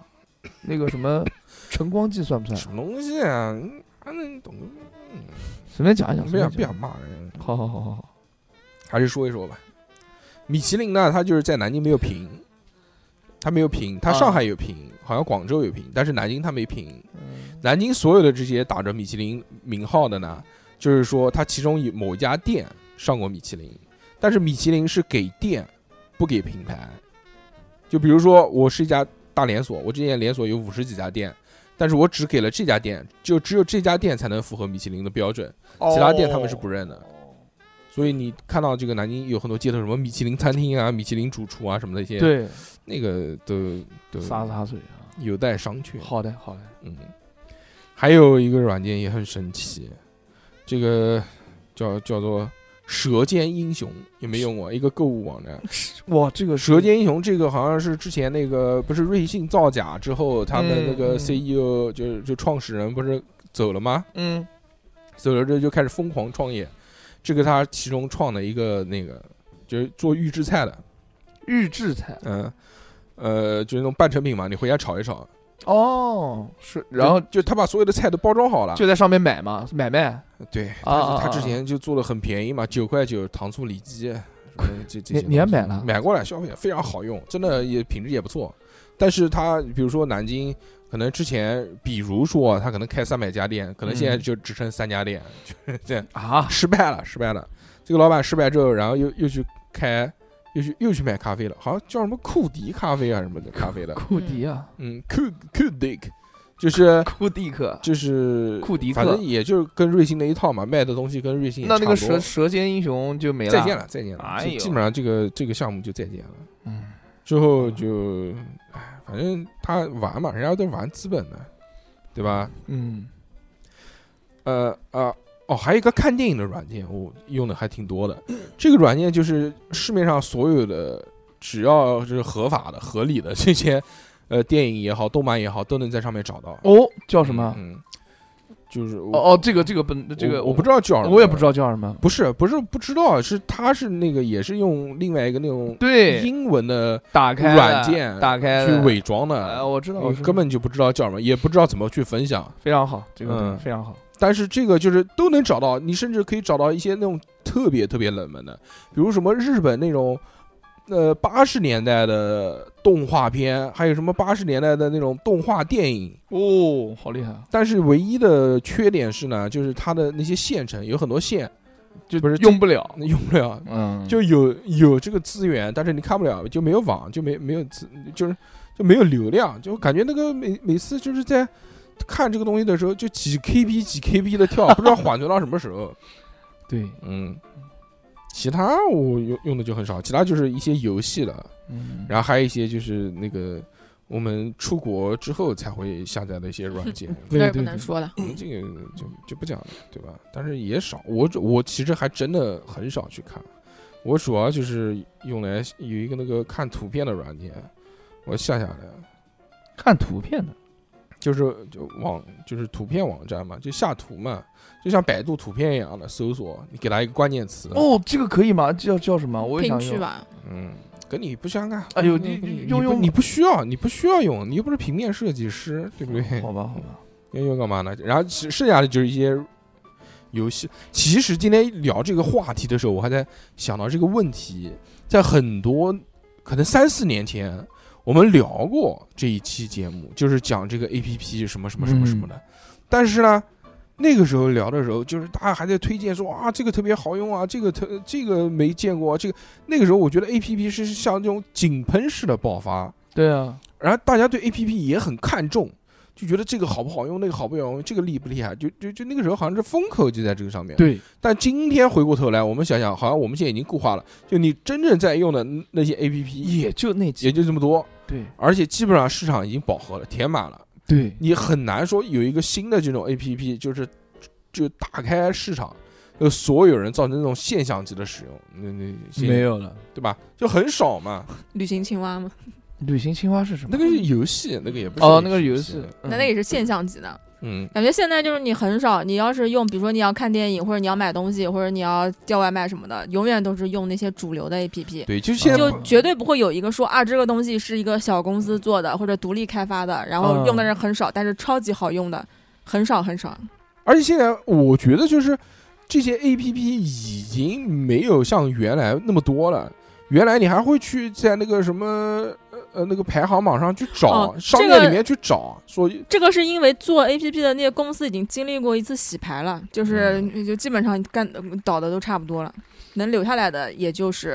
B: 那个什 <laughs> 么晨光记算不算？
A: 什么东西啊？嗯啊，那你懂个
B: 随便讲一讲，
A: 不
B: 随
A: 想
B: 便
A: 不想
B: 讲。
A: 骂人，
B: 好好好好好，
A: 还是说一说吧。米其林呢，它就是在南京没有评，它没有评，它
B: 啊
A: 上海有评，好像广州有评，但是南京它没评。
B: 嗯
A: 南京所有的这些打着米其林名号的呢，就是说它其中有某一家店上过米其林，但是米其林是给店，不给品牌。就比如说我是一家大连锁，我这家连锁有五十几家店，但是我只给了这家店，就只有这家店才能符合米其林的标准，其他店他
B: 哦
A: 们是不认的。所以你看到这个南京有很多街头什么米其林餐厅啊、米其林主厨啊什么那些，，
B: 对，
A: 那个都都
B: 洒洒水啊。
A: 有待商榷。
B: 好的好的，
A: 嗯，还有一个软件也很神奇，这个叫叫做“舌尖英雄”，也没用过一个购物网
B: <laughs>
A: 站。
B: 哇，这
A: “
B: 个
A: 舌尖英雄”这个好像是之前那个不是瑞幸造假之后，他们那
B: 嗯
A: 个
B: 嗯
A: CEO 就是就创始人不是走了吗？
B: 嗯，
A: 走了之后就开始疯狂创业，这个他其中创的一个那个就是做预制菜的，
B: 预制菜
A: 嗯。呃，就是那种半成品嘛，你回家炒一炒，
B: 哦，是，然后
A: 就就他把所有的菜都包装好了，
B: 就在上面买嘛，买卖。
A: 对，
B: 啊
A: 但
B: 啊
A: 是他
B: 啊
A: 之前就做的很便宜嘛，九块九糖醋里脊，呃这这
B: 你
A: 些
B: 你还
A: 东西
B: 买了
A: 买过来消费，非常好用，真的也品质也不错。但是他比如说南京，可能之前比如说啊他可能开三百家店，可能现在
B: 嗯
A: 就只剩三家店，就是这样
B: 啊？
A: 失败了，失败了。这个老板失败之后，然后又又去开，又去又去买咖啡了，好像叫什么库迪咖啡啊什么的咖啡的，
B: 库迪啊，
A: 嗯，库库迪，就是
B: 库迪克。
A: 就是
B: 库迪克
A: 反正也就是跟瑞幸那一套嘛，卖的东西跟瑞幸也
B: 那那个
A: 差不多
B: 舌舌尖英雄就没了。
A: 再见了，再见了，
B: 哎
A: 基
B: 呦
A: 基本上这个这个项目就再见了。
B: 嗯，
A: 之后就，哎，反正他玩嘛，人家都玩资本的，对吧？
B: 嗯，
A: 呃呃，哦，还有一个看电影的软件，我用的还挺多的。这个软件就是市面上所有的，只要是合法的、合理的这些，呃，电影也好、动漫也好，都能在上面找到。
B: 哦，叫什么？
A: 嗯，就是我
B: 哦哦，这个这个本这个
A: 我我不知道叫什么，
B: 我也不知道叫什么。
A: 不是不是不知道，啊是他是那个也是用另外一个那种
B: 对，
A: 英文的
B: 打开了
A: 软件
B: 打开
A: 去
B: 了
A: 伪装
B: 哎，
A: 的，
B: 我知道，我
A: 我
B: 知道
A: 根本就不知道叫什么，也不知道怎么去分享。
B: 非常好，这个
A: 嗯
B: 非常好。
A: 但是这个就是都能找到，你甚至可以找到一些那种特别特别冷门的，比如什么日本那种，呃八十年代的动画片，还有什么八十年代的那种动画电影。
B: 哦，好厉害啊！
A: 但是唯一的缺点是呢，就是它的那些县城有很多县
B: 就
A: 不是
B: 用不了，
A: 用不了，
B: 嗯，
A: 就有有这个资源，但是你看不了，就没有网，就没没有资，就是就没有流量，就感觉那个每每次就是在看这个东西的时候，就几 KB 几 KB 的
B: <laughs>
A: 跳，不知道缓存到什么时候。
B: 对，
A: 嗯，其他我用用的就很少，其他就是一些游戏了，
B: 嗯，
A: 然后还有一些就是那个我们出国之后才会下载的一些软件。
E: 这
B: 对
E: 是不
B: 对
E: 能
B: 对
E: 说的。
A: 嗯这个就就不讲了，对吧？但是也少，我主我其实还真的很少去看，我主要就是用来有一个那个看图片的软件，我下下来
B: 看图片的，
A: 就是就网就是图片网站嘛，就下图嘛，就像百度图片一样的搜索，你给它一个关键词，
B: 哦，这个可以吗？叫叫什么？我也
E: 拼
B: 想
E: 去
B: 用。
E: 吧，
A: 嗯，跟你不相干。
B: 哎呦，
A: 跟
B: 你
A: 跟
B: 你
A: 你
B: 用
A: 不
B: 用
A: 你不需要，你不需要用，你又不是平面设计师，对不对？
B: 好吧，好吧，
A: 要用干嘛呢？然后其剩下的就是一些游戏。其实今天聊这个话题的时候，我还在想到这个问题，在很多可能三四年前，我们聊过这一期节目，就是讲这个 A P P 什么什么什么什么的。但是呢，那个时候聊的时候，就是大家还在推荐说啊，这个特别好用啊，这个特这个没见过啊，这个那个时候我觉得 A P P 是像这种井喷式的爆发，
B: 对啊，
A: 然后大家对 A P P 也很看重，就觉得这个好不好用，那个好不好用，这个厉不厉害，就就就那个时候好像是风口就在这个上面。
B: 对，
A: 但今天回过头来，我们想想，好像我们现在已经固化了，就你真正在用的那些 A P P
B: 也就那几，
A: 也就这么多，
B: 对
A: 而且基本上市场已经饱和了，填满了，
B: 对
A: 你很难说有一个新的这种 A P P 就是就打开市场，呃，所有人造成这种现象级的使用，那那现
B: 没有了。
A: 对吧？就很少嘛。
E: 旅行青蛙嘛，
B: 旅行青蛙是什么？
A: 那个是游戏，那个也不是
B: 哦，那个是
A: APP
B: 游戏，
E: 那那也是现象级的。
A: 嗯，
E: 感觉现在就是你很少，你要是用，比如说你要看电影，或者你要买东西，或者你要叫外卖什么的，永远都是用那些主流的 APP，
A: 对，就现在
E: 就
A: 不
E: 绝对不会有一个说啊这个东西是一个小公司做的或者独立开发的，然后
B: 嗯
E: 用的人很少，但是超级好用的，很少很少。
A: 而且现在我觉得就是这些 A P P 已经没有像原来那么多了。原来你还会去在那个什么呃呃那个排行榜上去找、
E: 哦
A: 商
E: 这
A: 店
E: 个
A: 里面去找，所以
E: 这个是因为做 APP 的那些公司已经经历过一次洗牌了，就是就基本上干倒的都差不多了，能留下来的也就是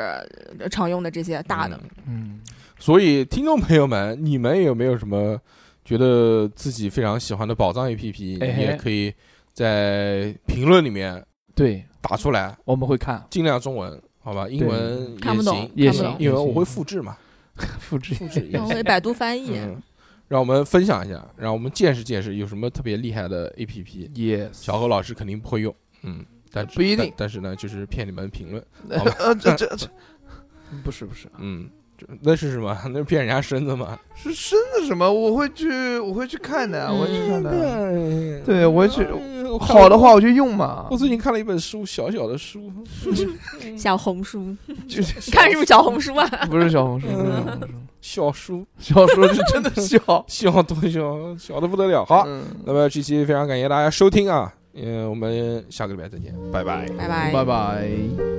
E: 呃常用的这些大的。
A: 嗯
B: 嗯，
A: 所以听众朋友们，你们有没有什么觉得自己非常喜欢的宝藏 A P P？、
B: 哎嘿
A: 也可以在评论里面
B: 对，
A: 打出来，
B: 我们会看
A: 尽量中文，好吧？英文也
E: 看不懂
A: 行，
B: 也
E: 看不
B: 行
E: 懂，
A: 英文我会复制嘛，
B: <laughs> 复制
A: 复制 <laughs> 也
E: 然后
A: 行
E: 会。百度翻译。
A: 嗯，让我们分享一下，让我们见识见识有什么特别厉害的 A P P。
B: yes， <laughs>
A: 小何老师肯定不会用，嗯，但
B: 不一定
A: 但但是呢，就是骗你们评论，好吧
B: 呃，这这这， <laughs> 不是不是，
A: 嗯，这那是什么？ <laughs> 那是骗人家身子吗？
B: 是真的什么？我会去，我会去看的，
E: 嗯
B: 我会去看的。
A: 对
B: 对我也觉得
A: 得
B: 好的话我就用嘛
A: 呃我，最近看了一本书，小小的
B: <laughs>
A: 书，
E: 小红书，
B: 就 <laughs>
E: 你看是不是小红书啊？
B: 不是小红书，
A: 嗯
B: 不是小
A: 小
B: 红书
A: 书，
B: <laughs> 小说是真的小。
A: 小多小，小的不得了。好，
B: 嗯
A: 那么这期呃非常感谢大家收听啊，嗯，我们下个礼拜再见，拜拜。
E: 拜拜。
B: 拜拜。啊